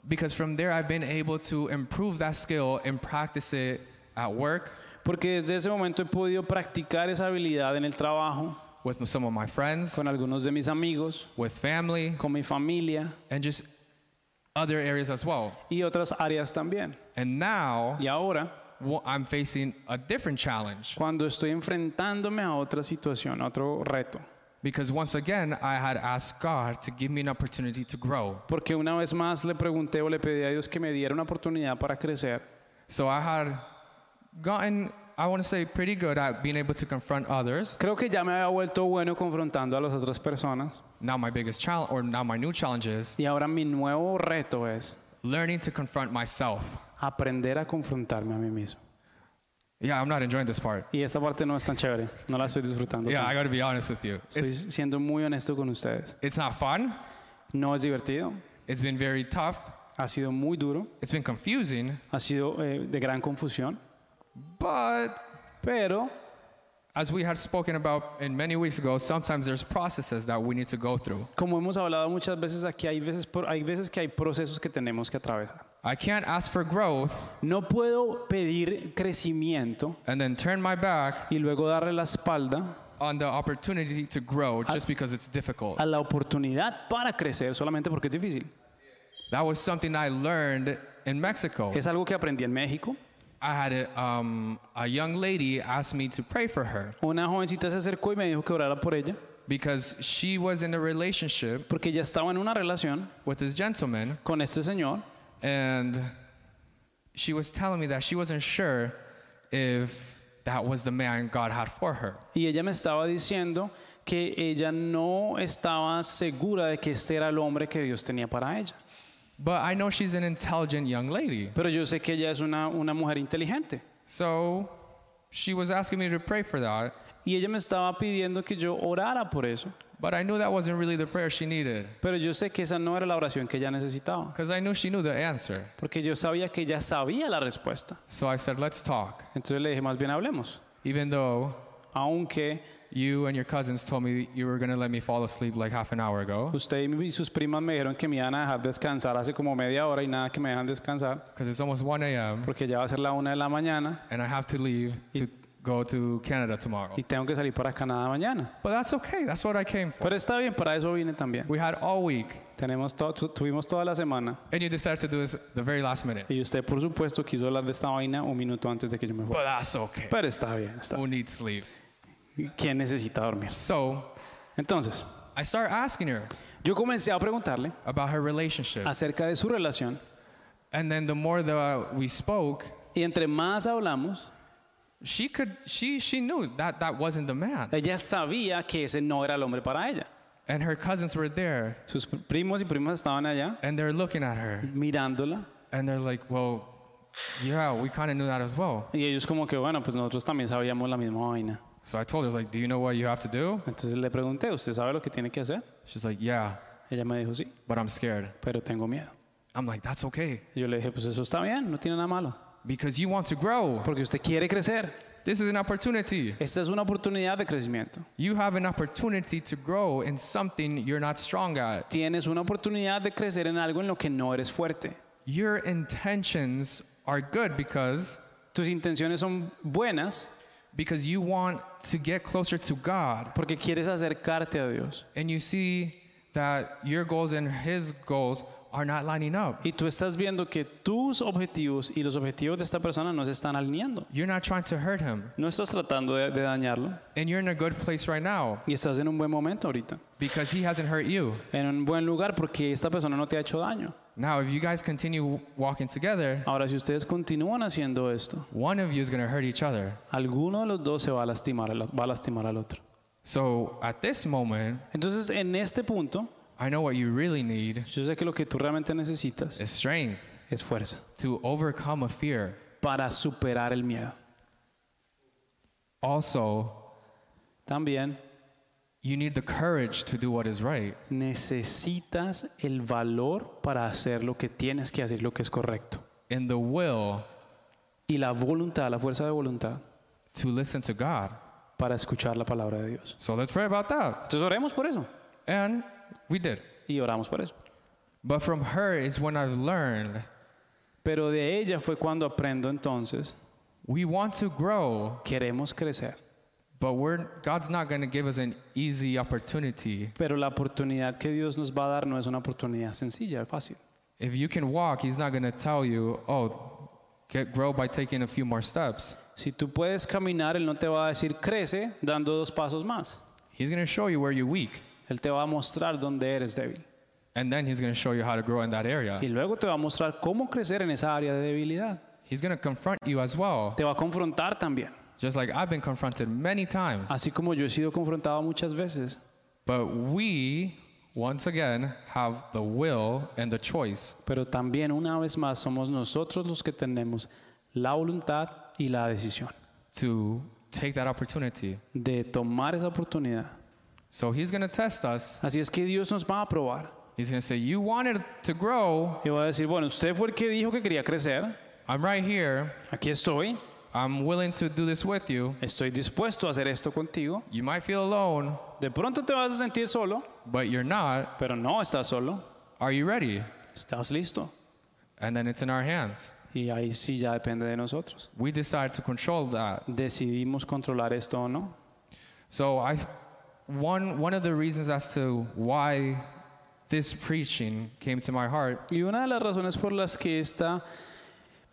A: Because from there, I've been able to improve that skill and practice it at work
B: porque desde ese momento he podido practicar esa habilidad en el trabajo,
A: with some of my friends,
B: con algunos de mis amigos,
A: with family,
B: con mi familia
A: and just other areas as well.
B: y otras áreas también.
A: And now
B: Y ahora,
A: wh- I'm facing a different challenge
B: cuando estoy enfrentándome a otra situación, a otro reto,
A: because once again, I had asked God to give me an opportunity to grow.
B: porque una vez más le pregunté o le pedí a Dios que me diera una oportunidad para crecer,
A: So I had gotten, I want to say, pretty good at being able to confront others.
B: creo que ya me había vuelto bueno confrontando a las otras personas.
A: Now my biggest challenge, or now my new challenge is
B: Y ahora mi nuevo reto es
A: learning to confront myself.
B: aprender a confrontarme a mí mismo.
A: Yeah, I'm not enjoying this part.
B: Y esta parte no es tan chévere, no la estoy disfrutando.
A: Yeah, I
B: tanto.
A: got to be honest with you.
B: Estoy
A: It's,
B: siendo muy honesto con ustedes.
A: it's not fun.
B: No es divertido,
A: It's been very tough.
B: ha sido muy duro,
A: It's been confusing,
B: ha sido eh, de gran confusión,
A: but
B: pero
A: as we had spoken about in many weeks ago, sometimes there's processes that we need to go through.
B: como hemos hablado muchas veces aquí, hay veces, por- hay veces que hay procesos que tenemos que atravesar.
A: I can't ask for growth
B: No puedo pedir crecimiento
A: and then turn my back
B: y luego darle la espalda
A: on the opportunity to grow just because it's difficult.
B: a la oportunidad para crecer solamente porque es difícil.
A: That was something I learned in Mexico.
B: Es algo que aprendí en México,
A: I had a, um, a young lady ask me to pray for her
B: Una jovencita se acercó y me dijo que orara por ella,
A: because she was in a relationship
B: porque ella estaba en una relación
A: with this gentleman,
B: con este señor
A: and she was telling me that she wasn't sure if that was the man God had for her.
B: y ella me estaba diciendo que ella no estaba segura de que este era el hombre que Dios tenía para ella.
A: But I know she's an intelligent young lady.
B: Pero yo sé que ella es una, una mujer inteligente.
A: So she was asking me to pray for that,
B: Y ella me estaba pidiendo que yo orara por eso.
A: but I knew that wasn't really the prayer she needed
B: Pero yo sé que esa no era la oración que ella necesitaba.
A: because I knew she knew the answer.
B: Porque yo sabía que ella sabía la respuesta.
A: So I said, Let's talk,
B: Entonces le dije, más bien hablemos.
A: even though
B: Aunque
A: you and your cousins told me you were going to let me fall asleep like half an hour ago
B: usted y mi- sus primas me dijeron que me iban a dejar descansar hace como media hora y nada que me dejan descansar.
A: because it's almost 1 a.m.
B: Porque ya va a ser la una de la mañana
A: and I have to leave to go to Canada tomorrow.
B: y tengo que salir para Canadá mañana.
A: But that's okay, that's what I came for.
B: Pero está bien, para eso vine también.
A: We had all week,
B: Tenemos to- tu- tuvimos toda la semana
A: and you decided to do this the very last minute.
B: y usted por supuesto quiso hablar de esta vaina un minuto antes de que yo me fuera.
A: But that's okay.
B: Pero está bien, está
A: Who needs sleep?
B: bien. ¿Quién necesita dormir?
A: So
B: Entonces,
A: I start asking her
B: yo comencé a preguntarle
A: about her relationship.
B: acerca de su relación
A: And then the more that we spoke,
B: y entre más hablamos,
A: she could she she knew that that wasn't the man.
B: ella sabía que ese no era el hombre para ella.
A: And her cousins were there
B: Sus pr- primos y primas estaban allá
A: and they're looking at her
B: mirándola
A: and they're like, "Well, yeah, we kind of knew that as well."
B: y ellos como que, bueno, pues nosotros también sabíamos la misma vaina.
A: So I told her I was like, "Do you know what you have to do?"
B: Entonces le pregunté, ¿usted sabe lo que tiene que hacer?
A: She's like, "Yeah,
B: Ella me dijo, sí,
A: but I'm scared."
B: pero tengo miedo.
A: I'm like, "That's okay
B: Y Yo le dije, pues eso está bien, no tiene nada malo,
A: because you want to grow.
B: porque usted quiere crecer.
A: This is an opportunity.
B: Esta es una oportunidad de crecimiento.
A: You have an opportunity to grow in something you're not strong at.
B: Tienes una oportunidad de crecer en algo en lo que no eres fuerte.
A: Your intentions are good because
B: Tus intenciones son buenas
A: because you want to get closer to God."
B: porque quieres acercarte a Dios.
A: and you see that your goals and his goals are not lining up.
B: Y tú estás viendo que tus objetivos y los objetivos de esta persona no se están alineando.
A: You're not trying to hurt him,
B: No estás tratando de, de dañarlo
A: and you're in a good place right now
B: y estás en un buen momento ahorita,
A: because he hasn't hurt you.
B: en un buen lugar porque esta persona no te ha hecho daño.
A: Now, if you guys continue walking together,
B: Ahora, si ustedes continúan haciendo esto,
A: one of you is going to hurt each other.
B: alguno de los dos se va a lastimar, al- va a lastimar al otro.
A: So, at this moment,
B: Entonces, en este punto,
A: I know what you really need
B: yo sé que lo que tú realmente necesitas
A: is strength
B: es fuerza
A: to overcome a fear.
B: para superar el miedo.
A: Also,
B: También
A: you need the courage to do what is right.
B: necesitas el valor para hacer lo que tienes que hacer, lo que es correcto.
A: and the will
B: Y la voluntad, la fuerza de voluntad
A: to listen to God.
B: para escuchar la palabra de Dios.
A: So let's pray about that.
B: Entonces oremos por eso
A: And we did.
B: y oramos por eso.
A: But from her is when I've learned
B: Pero de ella fue cuando aprendo entonces,
A: we want to grow,
B: queremos crecer,
A: but we're God's not going to give us an easy opportunity.
B: pero la oportunidad que Dios nos va a dar no es una oportunidad sencilla, fácil.
A: If you can walk, He's not going to tell you, "Oh, get grow by taking a few more steps."
B: Si tú puedes caminar, Él no te va a decir crece dando dos pasos más.
A: He's going to show you where you're weak,
B: Él te va a mostrar dónde eres débil.
A: and then He's going to show you how to grow in that area.
B: Y luego te va a mostrar cómo crecer en esa área de debilidad.
A: He's going to confront you as well,
B: Te va a confrontar también.
A: just like I've been confronted many times.
B: Así como yo he sido confrontado muchas veces.
A: But we once again have the will and the choice.
B: Pero también una vez más somos nosotros los que tenemos la voluntad y la decisión
A: to take that opportunity.
B: de tomar esa oportunidad.
A: So he's going to test us.
B: Así es que Dios nos va a probar
A: He's going to say, You wanted to grow.
B: y va a decir, bueno, usted fue el que dijo que quería crecer,
A: I'm right here.
B: aquí estoy,
A: I'm willing to do this with you.
B: estoy dispuesto a hacer esto contigo.
A: You might feel alone,
B: De pronto te vas a sentir solo,
A: but you're not.
B: pero no estás solo,
A: Are you ready?
B: estás listo.
A: And then it's in our hands.
B: Y ahí sí ya depende de nosotros.
A: We decide to control that.
B: Decidimos controlar esto o no.
A: So I one one of the reasons as to why this preaching came to my heart
B: Y una de las razones por las que esta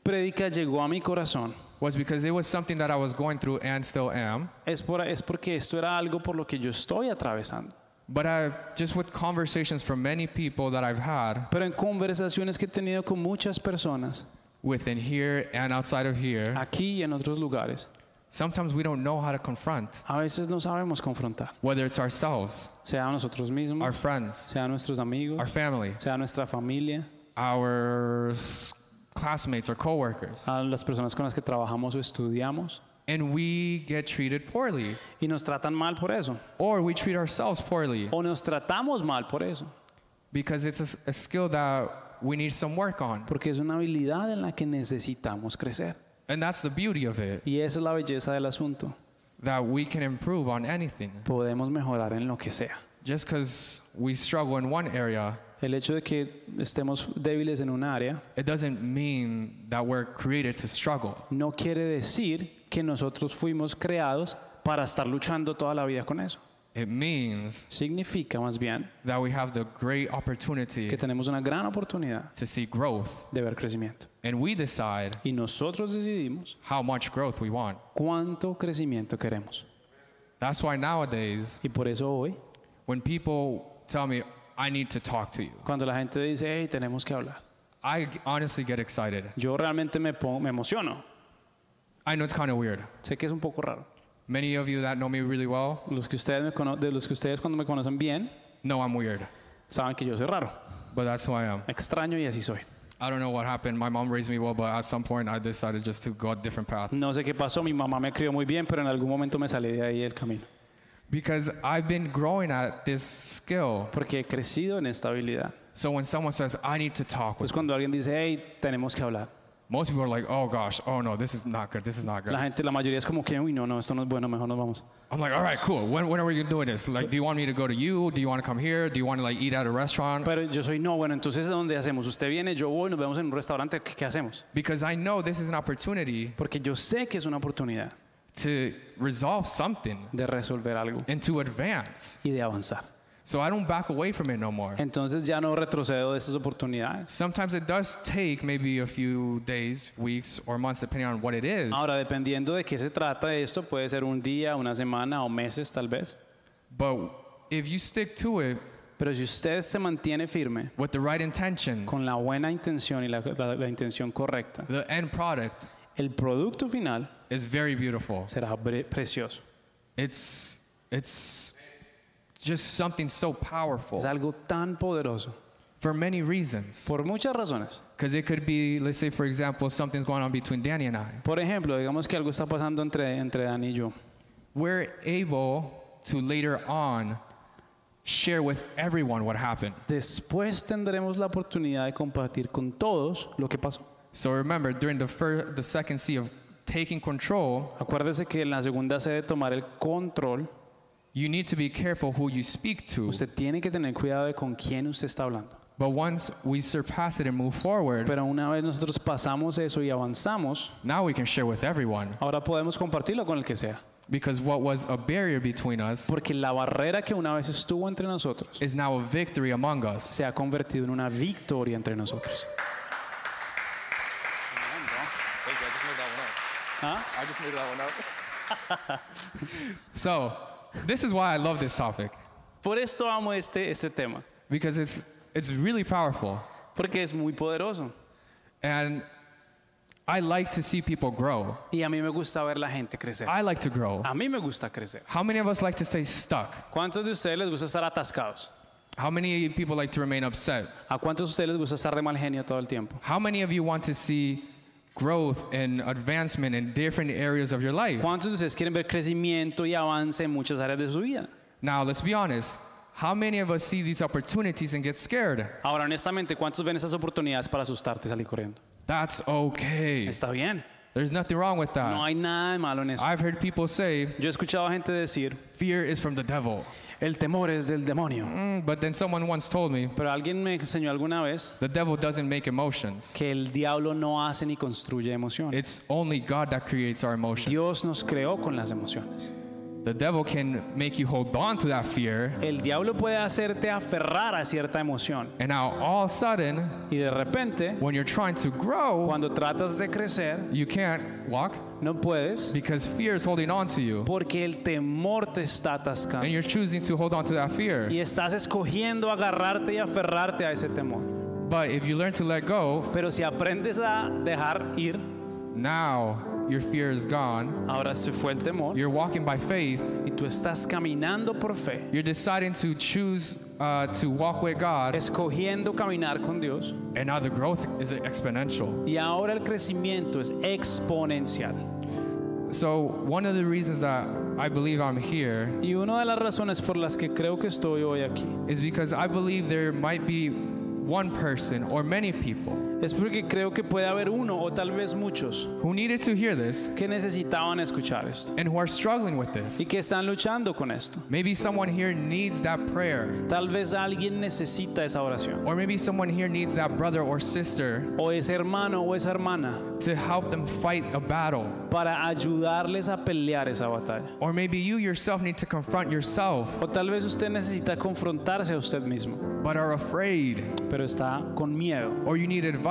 B: prédica llegó a mi corazón
A: was because it was something that I was going through and still am.
B: es, por- es porque esto era algo por lo que yo estoy atravesando.
A: But I just with conversations from many people that I've had
B: Pero en conversaciones que he tenido con muchas personas,
A: within here and outside of here,
B: aquí y en otros lugares,
A: sometimes we don't know how to confront,
B: a veces no sabemos confrontar,
A: whether it's ourselves,
B: sea a nosotros
A: our
B: mismos,
A: friends,
B: sea a nuestros amigos,
A: our family,
B: sea a nuestra familia,
A: our s- classmates or coworkers,
B: a las personas con las que trabajamos o estudiamos,
A: and we get treated poorly
B: y nos tratan mal por eso,
A: or we treat ourselves poorly
B: o nos tratamos mal por eso,
A: because it's a s a a skill that we need some work on.
B: porque es una habilidad en la que necesitamos crecer.
A: And that's the beauty of it,
B: Y esa es la belleza del asunto.
A: that we can improve on anything.
B: Podemos mejorar en lo que sea.
A: Just because we struggle in one area,
B: El hecho de que estemos débiles en un área
A: it doesn't mean that we're created to struggle.
B: no quiere decir que nosotros fuimos creados para estar luchando toda la vida con eso.
A: It means
B: Significa más bien
A: that we have the great opportunity
B: que tenemos una gran oportunidad
A: to see growth,
B: de ver crecimiento.
A: and we decide
B: Y nosotros decidimos
A: how much growth we want.
B: cuánto crecimiento queremos.
A: That's why nowadays,
B: Y por eso hoy,
A: when people tell me, I need to talk to you,
B: cuando la gente dice, hey, tenemos que hablar,
A: I honestly get excited.
B: yo realmente me, pongo- me emociono.
A: I know it's kind of weird.
B: Sé que es un poco raro.
A: Many of you that know me really well
B: Los que ustedes me cono- de los que ustedes cuando me conocen bien,
A: know I'm weird,
B: saben que yo soy raro,
A: but that's who I am.
B: extraño y así soy.
A: I don't know what happened. My mom raised me well, but at some point I decided just to go a different path.
B: No sé qué pasó, mi mamá me crió muy bien, pero en algún momento me salí de ahí del camino.
A: Because I've been growing at this skill.
B: Porque he crecido en esta habilidad.
A: So when someone says, I need to talk with
B: Entonces cuando alguien dice, hey, tenemos que hablar,
A: most people are like, oh gosh, oh no, this is not good, this is not good.
B: la gente, la mayoría es como que, uy, no, no, esto no es bueno, mejor nos vamos.
A: I'm like, all right, cool. When, when are we doing this? Like, do you want me to go to you? Do you want to come here? Do you want to like eat at a restaurant?
B: Pero yo soy, no, bueno, entonces ¿dónde hacemos? Usted viene, yo voy, nos vemos en un restaurante, ¿qué, qué hacemos?
A: Because I know this is an opportunity
B: Porque yo sé que es una oportunidad
A: to resolve something
B: de resolver algo
A: and to advance.
B: y de avanzar.
A: So I don't back away from it no more.
B: Entonces ya no retrocedo de esas oportunidades.
A: Sometimes it does take maybe a few days, weeks, or months, depending on what it is.
B: Ahora, dependiendo de qué se trata esto, puede ser un día, una semana o meses tal vez.
A: But if you stick to it
B: Pero si usted se mantiene firme
A: with the right intentions,
B: con la buena intención y la, la- la intención correcta,
A: the end product
B: el producto final
A: is very beautiful.
B: será bre- precioso.
A: It's it's just something so
B: Es
A: powerful
B: algo tan poderoso
A: for many reasons.
B: por muchas razones.
A: Because it could be, let's say, for example, something's going on between Danny and I.
B: Por ejemplo, digamos que algo está pasando entre, entre Dan y yo.
A: We're able to later on share with everyone what happened.
B: Después tendremos la oportunidad de compartir con todos lo que pasó.
A: So remember, during the first, the second C of taking control,
B: Acuérdese que en la segunda sede tomar el control,
A: you need to be careful who you speak to.
B: usted tiene que tener cuidado de con quién usted está hablando.
A: But once we surpass it and move forward,
B: Pero una vez nosotros pasamos eso y avanzamos,
A: now we can share with everyone.
B: ahora podemos compartirlo con el que sea.
A: Because what was a barrier between us
B: Porque la barrera que una vez estuvo entre nosotros
A: is now a victory among us.
B: se ha convertido en una victoria entre nosotros. ¿Ah?
A: I just made that one up. so, this is why I love this topic
B: Por esto amo este, este tema,
A: because it's it's really powerful,
B: porque es muy poderoso.
A: and I like to see people grow.
B: Y a mí me gusta ver la gente crecer.
A: I like to grow.
B: A mí me gusta crecer.
A: How many of us like to stay stuck?
B: ¿Cuántos de ustedes les gusta estar atascados?
A: How many people like to remain upset?
B: ¿A cuántos de ustedes les gusta estar de mal genio todo el tiempo?
A: How many of you want to see growth and advancement in different areas of your life?
B: ¿Cuántos de ustedes quieren ver crecimiento y avance en muchas áreas de su vida?
A: Now, let's be honest. How many of us see these opportunities and get scared?
B: Ahora, honestamente, ¿cuántos ven esas oportunidades para asustarte y salir corriendo?
A: That's okay.
B: Está bien.
A: There's nothing wrong with
B: No
A: that.
B: hay nada de malo en eso.
A: I've heard people say
B: Yo he escuchado a gente decir,
A: fear is from the devil.
B: el temor es del demonio.
A: Mm, but then someone once told me
B: Pero alguien me enseñó alguna vez
A: the devil doesn't make emotions.
B: que el diablo no hace ni construye emociones.
A: It's only God that creates our emotions.
B: Dios nos creó con las emociones.
A: The devil can make you hold on to that fear,
B: El diablo puede hacerte aferrar a cierta emoción.
A: and now all of a sudden,
B: Y de repente,
A: when you're trying to grow,
B: cuando tratas de crecer,
A: you can't walk
B: no puedes
A: because fear is holding on to you,
B: porque el temor te está
A: and
B: atascando.
A: you're choosing to hold on to that fear.
B: Y estás escogiendo agarrarte y aferrarte a ese temor.
A: But if you learn to let go,
B: Pero si aprendes a dejar ir,
A: now your fear is gone.
B: ahora se fue el temor
A: You're walking by faith.
B: y tú estás caminando por fe,
A: You're deciding to choose uh, to walk with God,
B: escogiendo caminar con Dios.
A: and now the growth is exponential.
B: Y ahora el crecimiento es exponencial.
A: So, one of the reasons that I believe I'm here
B: Y una de las razones por las que creo que estoy hoy aquí
A: is because I believe there might be one person or many people
B: es porque creo que puede haber uno o tal vez muchos
A: who needed to hear this
B: que necesitaban escuchar esto
A: and who are struggling with this.
B: y que están luchando con esto.
A: Maybe someone here needs that prayer,
B: Tal vez alguien necesita esa oración
A: or maybe someone here needs that brother or sister
B: o ese hermano o esa hermana
A: to help them fight a battle.
B: para ayudarles a pelear esa batalla.
A: Or maybe you yourself need to confront yourself
B: O tal vez usted necesita confrontarse a usted mismo,
A: but are afraid,
B: pero está con miedo.
A: or you need advice.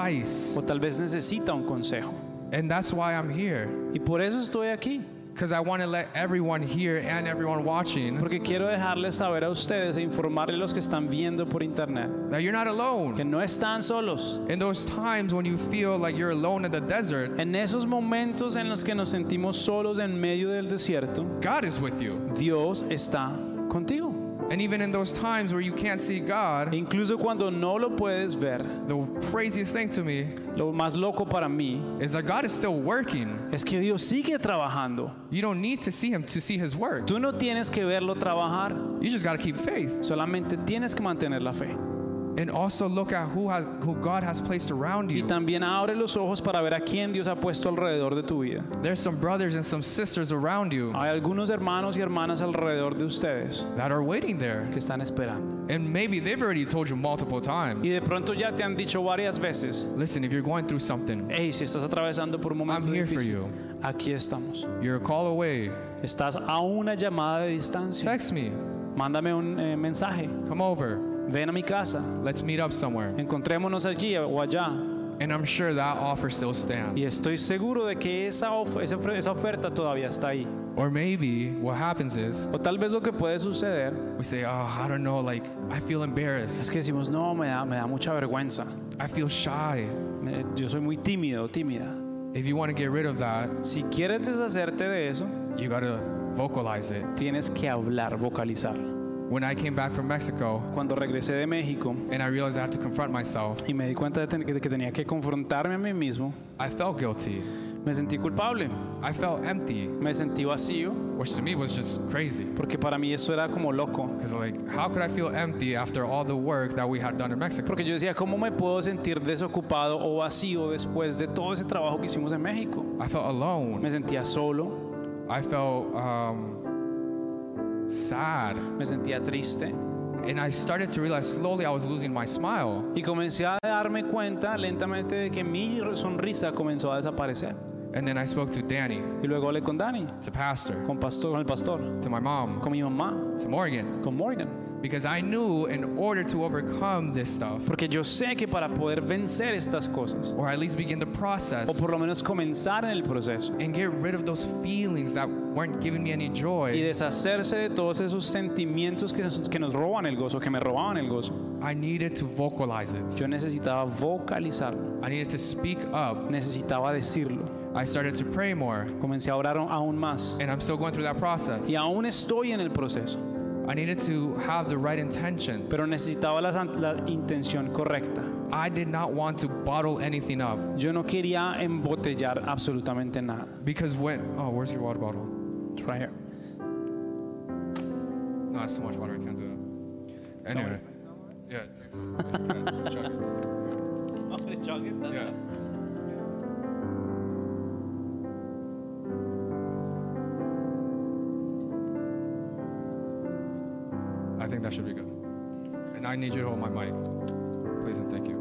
B: O tal vez necesita un consejo.
A: And that's why I'm here.
B: Y por eso estoy aquí,
A: Because I want to let everyone here and everyone watching
B: porque quiero dejarles saber a ustedes e informarles a los que están viendo por internet
A: that you're not alone.
B: que no están solos.
A: In those times when you feel like you're alone in the desert,
B: En esos momentos en los que nos sentimos solos en medio del desierto,
A: God is with you.
B: Dios está contigo.
A: And even in those times where you can't see
B: E
A: God,
B: incluso cuando no lo puedes ver,
A: the craziest thing to me
B: lo más loco para mí
A: is that God is still working.
B: es que Dios sigue trabajando.
A: You don't need to see Him to see His work.
B: Tú no tienes que verlo trabajar,
A: You just got to keep faith.
B: solamente tienes que mantener la fe.
A: And also look at who, has, who God has placed around
B: Y
A: you.
B: también abre los ojos para ver a quién Dios ha puesto alrededor de tu vida.
A: There's some brothers and some sisters around you
B: Hay algunos hermanos y hermanas alrededor de ustedes
A: that are waiting there.
B: que están esperando.
A: And maybe they've already told you multiple
B: Y
A: times
B: de pronto ya te han dicho varias veces,
A: listen, if you're going through something,
B: hey, si estás atravesando por un momento
A: I'm here for
B: difícil,
A: you.
B: aquí estamos.
A: you're a call away.
B: Estás a una llamada de distancia.
A: Text me.
B: Mándame un eh, mensaje.
A: Come over.
B: Ven a mi casa.
A: Let's meet up somewhere.
B: Encontrémonos allí o allá.
A: And I'm sure that offer still stands.
B: Y estoy seguro de que esa, of- esa ofre- esa oferta todavía está ahí.
A: Or maybe what happens is
B: O tal vez lo que puede suceder
A: we say, oh, I don't know, like, I feel embarrassed.
B: es que decimos, no, me da, me da mucha vergüenza.
A: I feel shy.
B: Me- yo soy muy tímido, tímida.
A: If you want to get rid of that,
B: Si quieres deshacerte de eso,
A: you got to vocalize it.
B: tienes que hablar, vocalizar.
A: When I came back from Mexico
B: Cuando regresé de México
A: and I realized I had to confront myself,
B: y me di cuenta de, ten- de que tenía que confrontarme a mí mismo,
A: I felt guilty.
B: me sentí culpable,
A: I felt empty,
B: me sentí vacío,
A: which to me was just crazy.
B: porque para mí eso era como loco.
A: Because, like, how could I feel empty after all the work that we had done in Mexico?
B: Porque yo decía, ¿cómo me puedo sentir desocupado o vacío después de todo ese trabajo que hicimos en México?
A: I felt alone.
B: Me sentía solo,
A: I felt um, sad.
B: me sentía triste
A: And I started to realize slowly I was losing my smile.
B: y comencé a darme cuenta lentamente de que mi sonrisa comenzó a desaparecer.
A: And then I spoke to Danny,
B: Y luego hablé con Dani,
A: to Pastor,
B: con, pastor, con el pastor,
A: to my mom,
B: con mi mamá,
A: to Morgan,
B: con Morgan.
A: because I knew in order to overcome this stuff,
B: Porque yo sé que para poder vencer estas cosas,
A: or at least begin the
B: o
A: process
B: por lo menos comenzar en el proceso,
A: and get rid of those feelings that weren't giving me any
B: y
A: joy,
B: deshacerse de todos esos sentimientos que, nos- que nos roban el gozo, que me robaban el gozo,
A: I needed to vocalize it.
B: yo necesitaba vocalizarlo,
A: I needed to speak up.
B: necesitaba decirlo.
A: I started to pray more,
B: Comencé a orar aún más.
A: and I'm still going through that process.
B: Y aún estoy en el proceso,
A: I needed to have the right intentions.
B: pero necesitaba la, san- la intención correcta.
A: I did not want to bottle anything up
B: Yo no quería embotellar absolutamente nada.
A: because when oh, where's your water bottle?
B: It's right here.
A: No, that's too much water. I can't do that. Anyway. Yeah. Okay, Just chug it. Yeah. I think that should be good. And I need you to hold my mic. Please and thank you.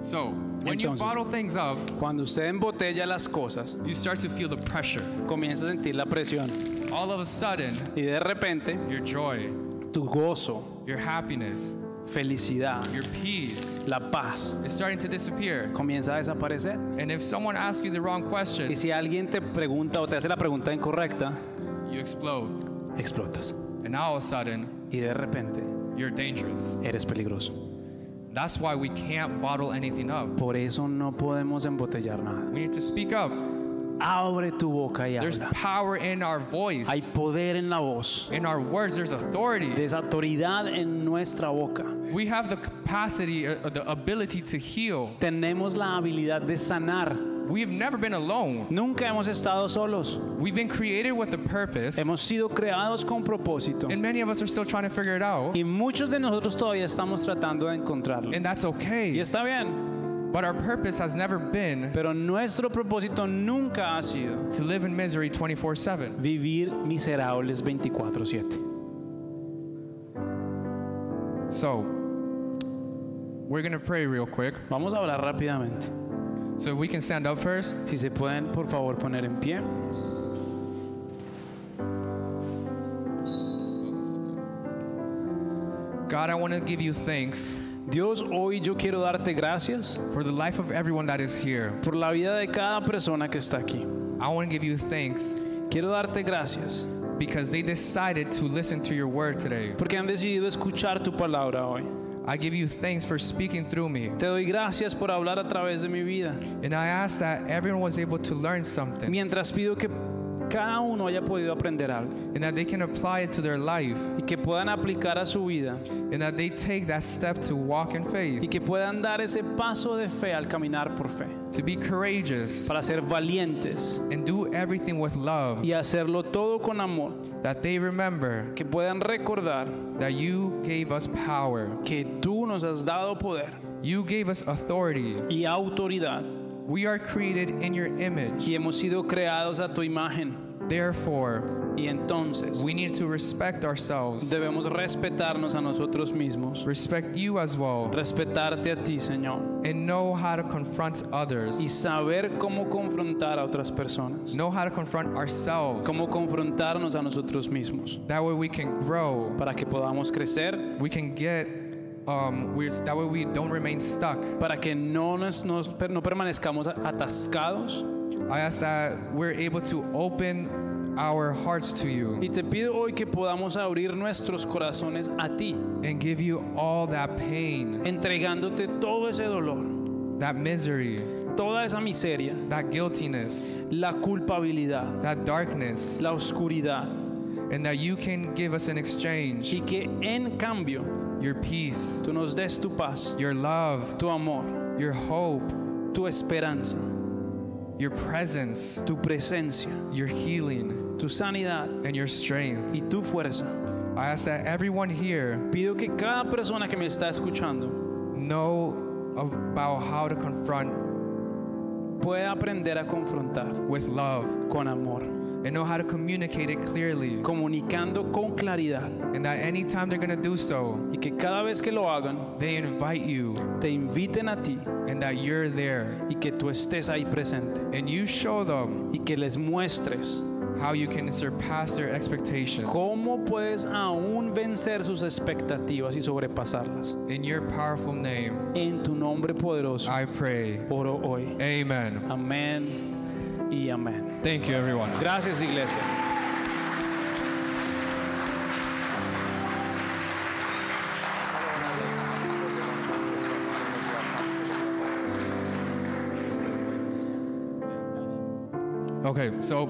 A: So, when you
B: Entonces-
A: bottle things up,
B: Cuando usted embotella las cosas,
A: you start to feel the pressure.
B: comienza a sentir la presión.
A: all of a sudden,
B: y de repente
A: your joy,
B: tu gozo,
A: your happiness,
B: felicidad,
A: your peace
B: la paz
A: is starting to disappear.
B: comienza a desaparecer.
A: And if someone asks you the wrong
B: Y
A: question,
B: si alguien te pregunta o te hace la pregunta incorrecta,
A: you explode.
B: explotas.
A: And all of a sudden,
B: Y de repente
A: you're dangerous.
B: eres peligroso.
A: That's why we can't bottle anything up.
B: Por eso no podemos embotellar nada.
A: We need to speak up.
B: Abre tu boca y
A: There's
B: habla.
A: power in our
B: Hay
A: voice.
B: poder en la voz.
A: In our words, there's authority.
B: Desautoridad en nuestra boca.
A: We have the capacity, uh, the ability to heal.
B: Tenemos la habilidad de sanar.
A: We've never been alone.
B: Nunca hemos estado solos.
A: We've been created with a purpose,
B: Hemos sido creados con propósito.
A: and many of us are still trying to figure it out.
B: Y muchos de nosotros todavía estamos tratando de encontrarlo.
A: And that's
B: Y
A: okay.
B: está bien,
A: But our purpose has never been
B: pero nuestro propósito nunca ha sido
A: to live in misery 24 7.
B: vivir miserables 24/7.
A: So, we're going to pray real quick.
B: Vamos a hablar rápidamente.
A: So, if we can stand up first.
B: Si se pueden, por favor, poner en pie.
A: God, I want to give you thanks
B: Dios, hoy yo quiero darte gracias
A: for the life of everyone that is here.
B: por la vida de cada persona que está aquí.
A: I want to give you thanks
B: Quiero darte gracias
A: because they decided to listen to your word today.
B: porque han decidido escuchar tu palabra hoy.
A: I give you thanks for speaking through me.
B: Te doy gracias por hablar a través de mi vida.
A: And I ask that everyone was able to learn something
B: Mientras pido que cada uno haya podido aprender algo
A: and that they can apply it to their life
B: y que puedan aplicar a su vida
A: and that they take that step to walk in
B: y
A: faith,
B: que puedan dar ese paso de fe al caminar por fe,
A: to be courageous
B: para ser valientes
A: and do everything with love.
B: y hacerlo todo con amor,
A: That they remember
B: que puedan recordar
A: that you gave us power,
B: que tú nos has dado poder
A: you gave us authority.
B: y autoridad
A: We are created in your image.
B: y hemos sido creados a tu imagen
A: Therefore,
B: y entonces
A: we need to respect ourselves,
B: debemos respetarnos a nosotros mismos,
A: respect you as well,
B: respetarte a ti, Señor,
A: and know how to confront
B: y
A: others,
B: saber cómo confrontar a otras personas,
A: know how to confront ourselves.
B: cómo confrontarnos a nosotros mismos.
A: That way we can grow.
B: para que podamos crecer,
A: We can get. Um, we that way we don't remain stuck.
B: para que no, nos, nos- per- no permanezcamos atascados.
A: I ask that we're able to open our hearts to you
B: Y te pido hoy que podamos abrir nuestros corazones a ti,
A: and give you all that pain,
B: entregándote todo ese dolor,
A: that misery,
B: toda esa miseria,
A: that guiltiness,
B: la culpabilidad,
A: that darkness,
B: la oscuridad,
A: and that you can give us in exchange
B: y que en cambio
A: your peace,
B: tú nos des tu paz,
A: your love,
B: tu amor,
A: your hope,
B: tu esperanza,
A: your presence,
B: tu presencia,
A: your healing,
B: tu sanidad
A: and your strength.
B: y tu fuerza.
A: I ask that everyone here
B: Pido que cada persona que me está escuchando
A: know about how to confront
B: pueda aprender a confrontar
A: with love
B: con amor.
A: and know how to communicate it clearly.
B: comunicando con claridad
A: And that anytime they're gonna do so,
B: y que cada vez que lo hagan
A: they invite you
B: te inviten a ti
A: and that you're there
B: y que tú estés ahí presente
A: and you show them
B: y que les muestres
A: how you can surpass their expectations
B: cómo puedes aún vencer sus expectativas y sobrepasarlas.
A: in your powerful name.
B: En tu nombre poderoso
A: I pray.
B: oro hoy.
A: Amen.
B: Amén y amén.
A: Thank you, everyone.
B: Gracias iglesia.
A: Okay, so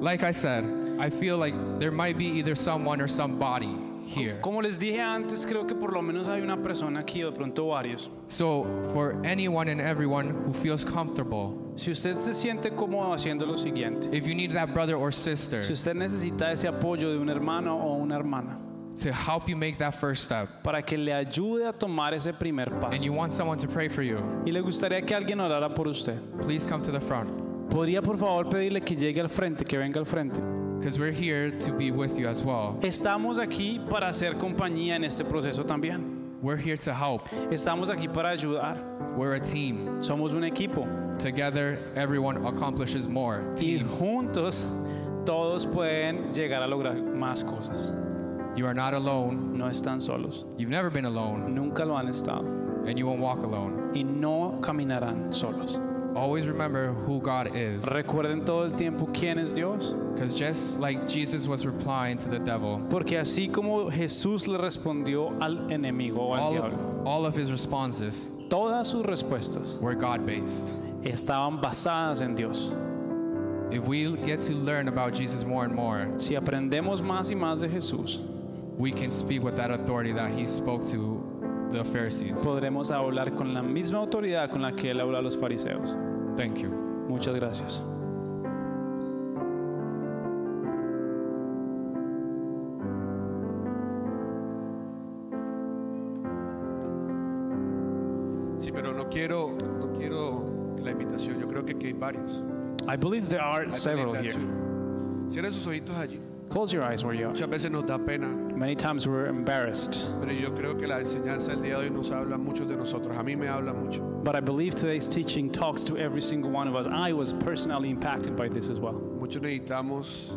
A: like I said, I feel like there might be either someone or somebody here.
B: Como les dije antes, creo que por lo menos hay una persona aquí o de pronto varios.
A: So for anyone and everyone who feels comfortable,
B: Si usted se siente cómodo haciendo lo siguiente,
A: if you need that brother or sister
B: si usted necesita ese apoyo de un hermano o una hermana,
A: to help you make that first step,
B: para que le ayude a tomar ese primer
A: and
B: paso.
A: you want someone to pray for you,
B: Y le gustaría que alguien orara por usted.
A: please come to the front
B: ¿Podría por favor pedirle que llegue al frente, que venga al frente?
A: because we're here to be with you as well.
B: Estamos aquí para hacer compañía en este proceso también.
A: We're here to help.
B: Estamos aquí para ayudar.
A: We're a team.
B: Somos un equipo
A: Together, everyone accomplishes more.
B: y
A: Team.
B: juntos todos pueden llegar a lograr más cosas.
A: You are not alone.
B: No están solos,
A: You've never been alone,
B: nunca lo han estado
A: and you won't walk alone.
B: y no caminarán solos.
A: Always remember who God is.
B: Recuerden todo el tiempo quién es Dios,
A: Because just like Jesus was replying to the devil,
B: porque así como Jesús le respondió al enemigo o al diablo,
A: all, all of his responses
B: todas sus respuestas
A: were God based.
B: estaban basadas en Dios.
A: If we get to learn about Jesus more and more,
B: Si aprendemos más y más de Jesús,
A: we can speak with that authority that he spoke to the Pharisees.
B: podremos hablar con la misma autoridad con la que él habla a los fariseos.
A: Thank you.
B: Muchas gracias.
C: Sí, pero no quiero, no quiero la invitación. Yo creo que aquí hay varios.
B: I believe there are
C: I believe
B: several
C: that
B: here.
C: too. Cierre sus ojitos allí.
B: Close your eyes where you are.
C: Muchas veces nos da pena,
B: Many times we're embarrassed,
C: pero yo creo que la enseñanza del día de hoy nos habla a muchos de nosotros. A mí me habla mucho,
B: but I believe today's teaching talks to every single one of us. I was personally impacted by this as well.
C: Muchos necesitamos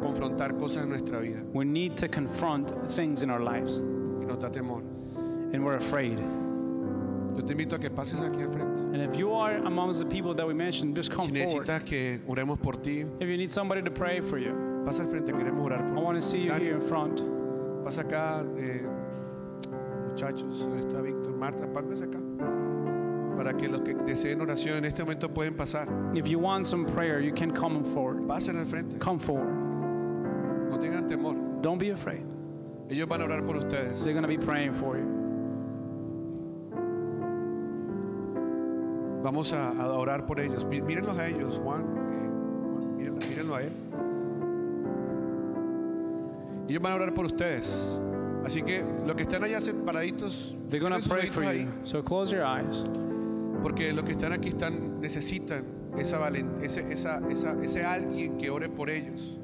C: confrontar cosas en nuestra vida
B: We need to confront things in our lives,
C: y nos da temor.
B: and we're afraid.
C: Yo te invito a que pases aquí al frente.
B: And if you are amongst the people that we mentioned, just
C: Si
B: come forward.
C: necesitas que oremos por ti,
B: If you need somebody to pray for you,
C: pasa al frente, queremos orar
B: I
C: por
B: want to see you
C: Dale.
B: here in front.
C: ti. Pasa acá, eh, muchachos, ¿dónde está Víctor, Marta, pásense acá. Para que los que deseen oración en este momento pueden pasar.
B: If you want some prayer, you can come forward.
C: Pasen al frente,
B: Come forward.
C: no tengan temor.
B: Don't be afraid.
C: Ellos van a orar por ustedes.
B: They're going to be praying for you.
C: Vamos a, a orar por ellos. Mi- Mírenlos a ellos, Juan. eh, mírenla- mírenlo a él. Ellos van a orar por ustedes. Así que los que están allá separaditos,
B: They're going
C: cierren
B: to
C: sus
B: pray
C: ojitos
B: for
C: ahí,
B: you. So close your eyes.
C: porque los que están aquí están, necesitan esa valen- ese, esa- esa- ese alguien que ore por ellos.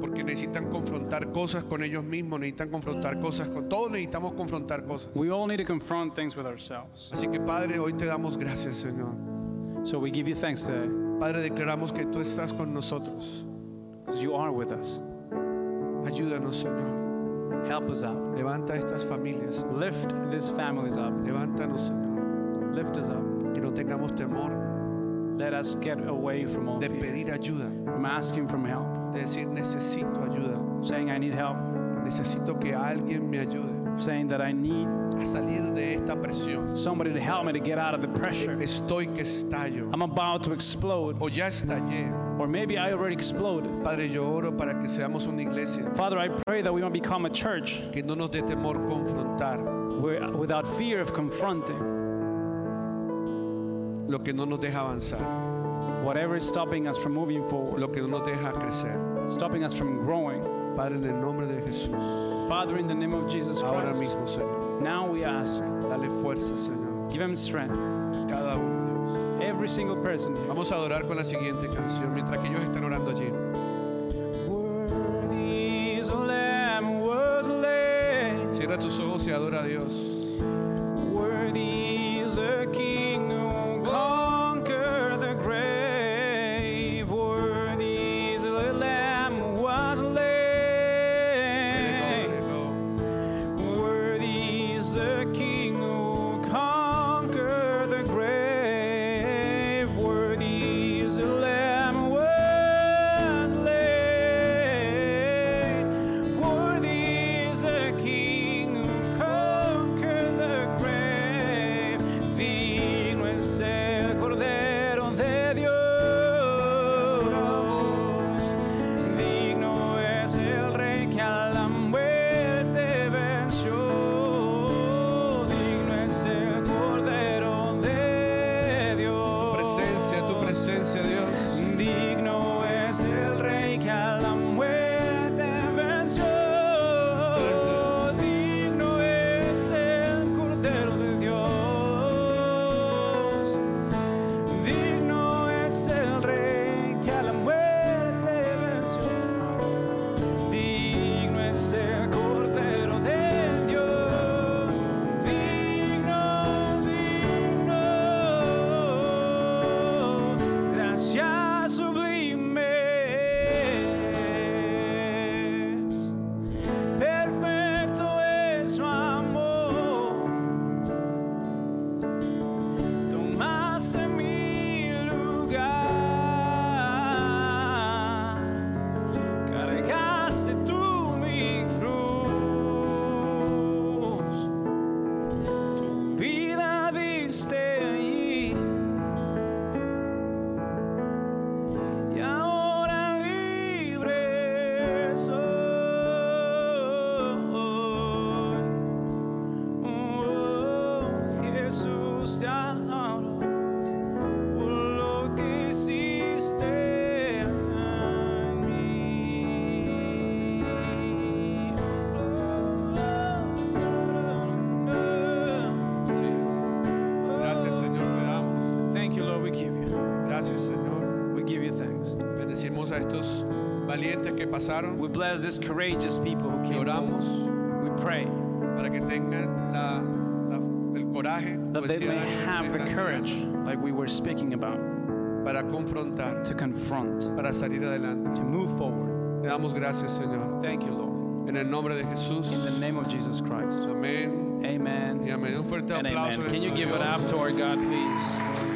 C: Porque necesitan confrontar cosas con ellos mismos, necesitan confrontar cosas con... Todos necesitamos confrontar cosas.
B: We all need to confront things with ourselves.
C: Así que Padre, hoy te damos gracias, Señor.
B: So we give you thanks today
C: Padre, declaramos que tú estás con nosotros.
B: because you are with us.
C: Ayúdanos, Señor.
B: Help us out.
C: Levanta a estas familias.
B: Lift these families up.
C: Levántanos, Señor.
B: Lift us up.
C: Que no tengamos temor
B: Let us get away from all
C: de
B: fear.
C: pedir ayuda.
B: From asking for help.
C: De decir, necesito ayuda.
B: Saying I need help.
C: Necesito que alguien me ayude
B: Saying that I need
C: a salir de esta presión.
B: somebody to help me to get out of the pressure.
C: Estoy que estallo.
B: I'm about to explode.
C: O ya estallé.
B: Or maybe I already exploded.
C: Padre, yo oro para que seamos una iglesia
B: Father, I pray that we might become a church
C: que no nos dé temor confrontar
B: where, without fear of confronting
C: lo que no nos deja avanzar,
B: whatever is stopping us from moving forward,
C: lo que no nos deja crecer.
B: stopping us from growing.
C: Padre, en el nombre de Jesús,
B: Father, in the name of Jesus
C: ahora
B: Christ,
C: mismo, Señor,
B: now we ask,
C: dale fuerza, Señor.
B: give him strength.
C: Cada uno. de ellos.
B: Every single person here.
C: Vamos a adorar con la siguiente canción mientras que ellos están orando allí.
B: Worthy is the Lamb, was led.
C: Cierra tus ojos y adora a Dios.
B: Worthy is the King who conquered the grave. Worthy is the Lamb, who was
C: Dele
B: led.
C: gloria, gloria.
B: Worthy is the King who conquered the grave. Worthy is the Lamb who was slain. Worthy is the King who conquered the grave. Digno es el Cordero de Dios. Digno es el rey que a la muerte venció. Oh, Jesús, te adoro por lo que hiciste en mí.
C: Así es. Gracias, Señor, te damos.
B: Thank you, Lord. We give you.
C: Gracias, Señor.
B: We give you thanks.
C: Bendecimos a estos valientes que pasaron.
B: We bless these courageous people who
C: Y
B: came.
C: oramos
B: We pray
C: para que tengan la- la- el coraje, pues,
B: that they may
C: decían,
B: have the
C: tengan
B: courage, like we were speaking about,
C: para confrontar,
B: to confront,
C: para salir adelante.
B: to move forward.
C: Te damos gracias, Señor.
B: Thank you, Lord.
C: En el nombre de
B: In the
C: Jesús.
B: name of Jesus Christ.
C: Amén.
B: Amen.
C: Y amén. Un fuerte
B: and
C: aplauso.
B: amen.
C: a
B: Can you
C: nuestro
B: give it
C: Dios.
B: up to our God, please?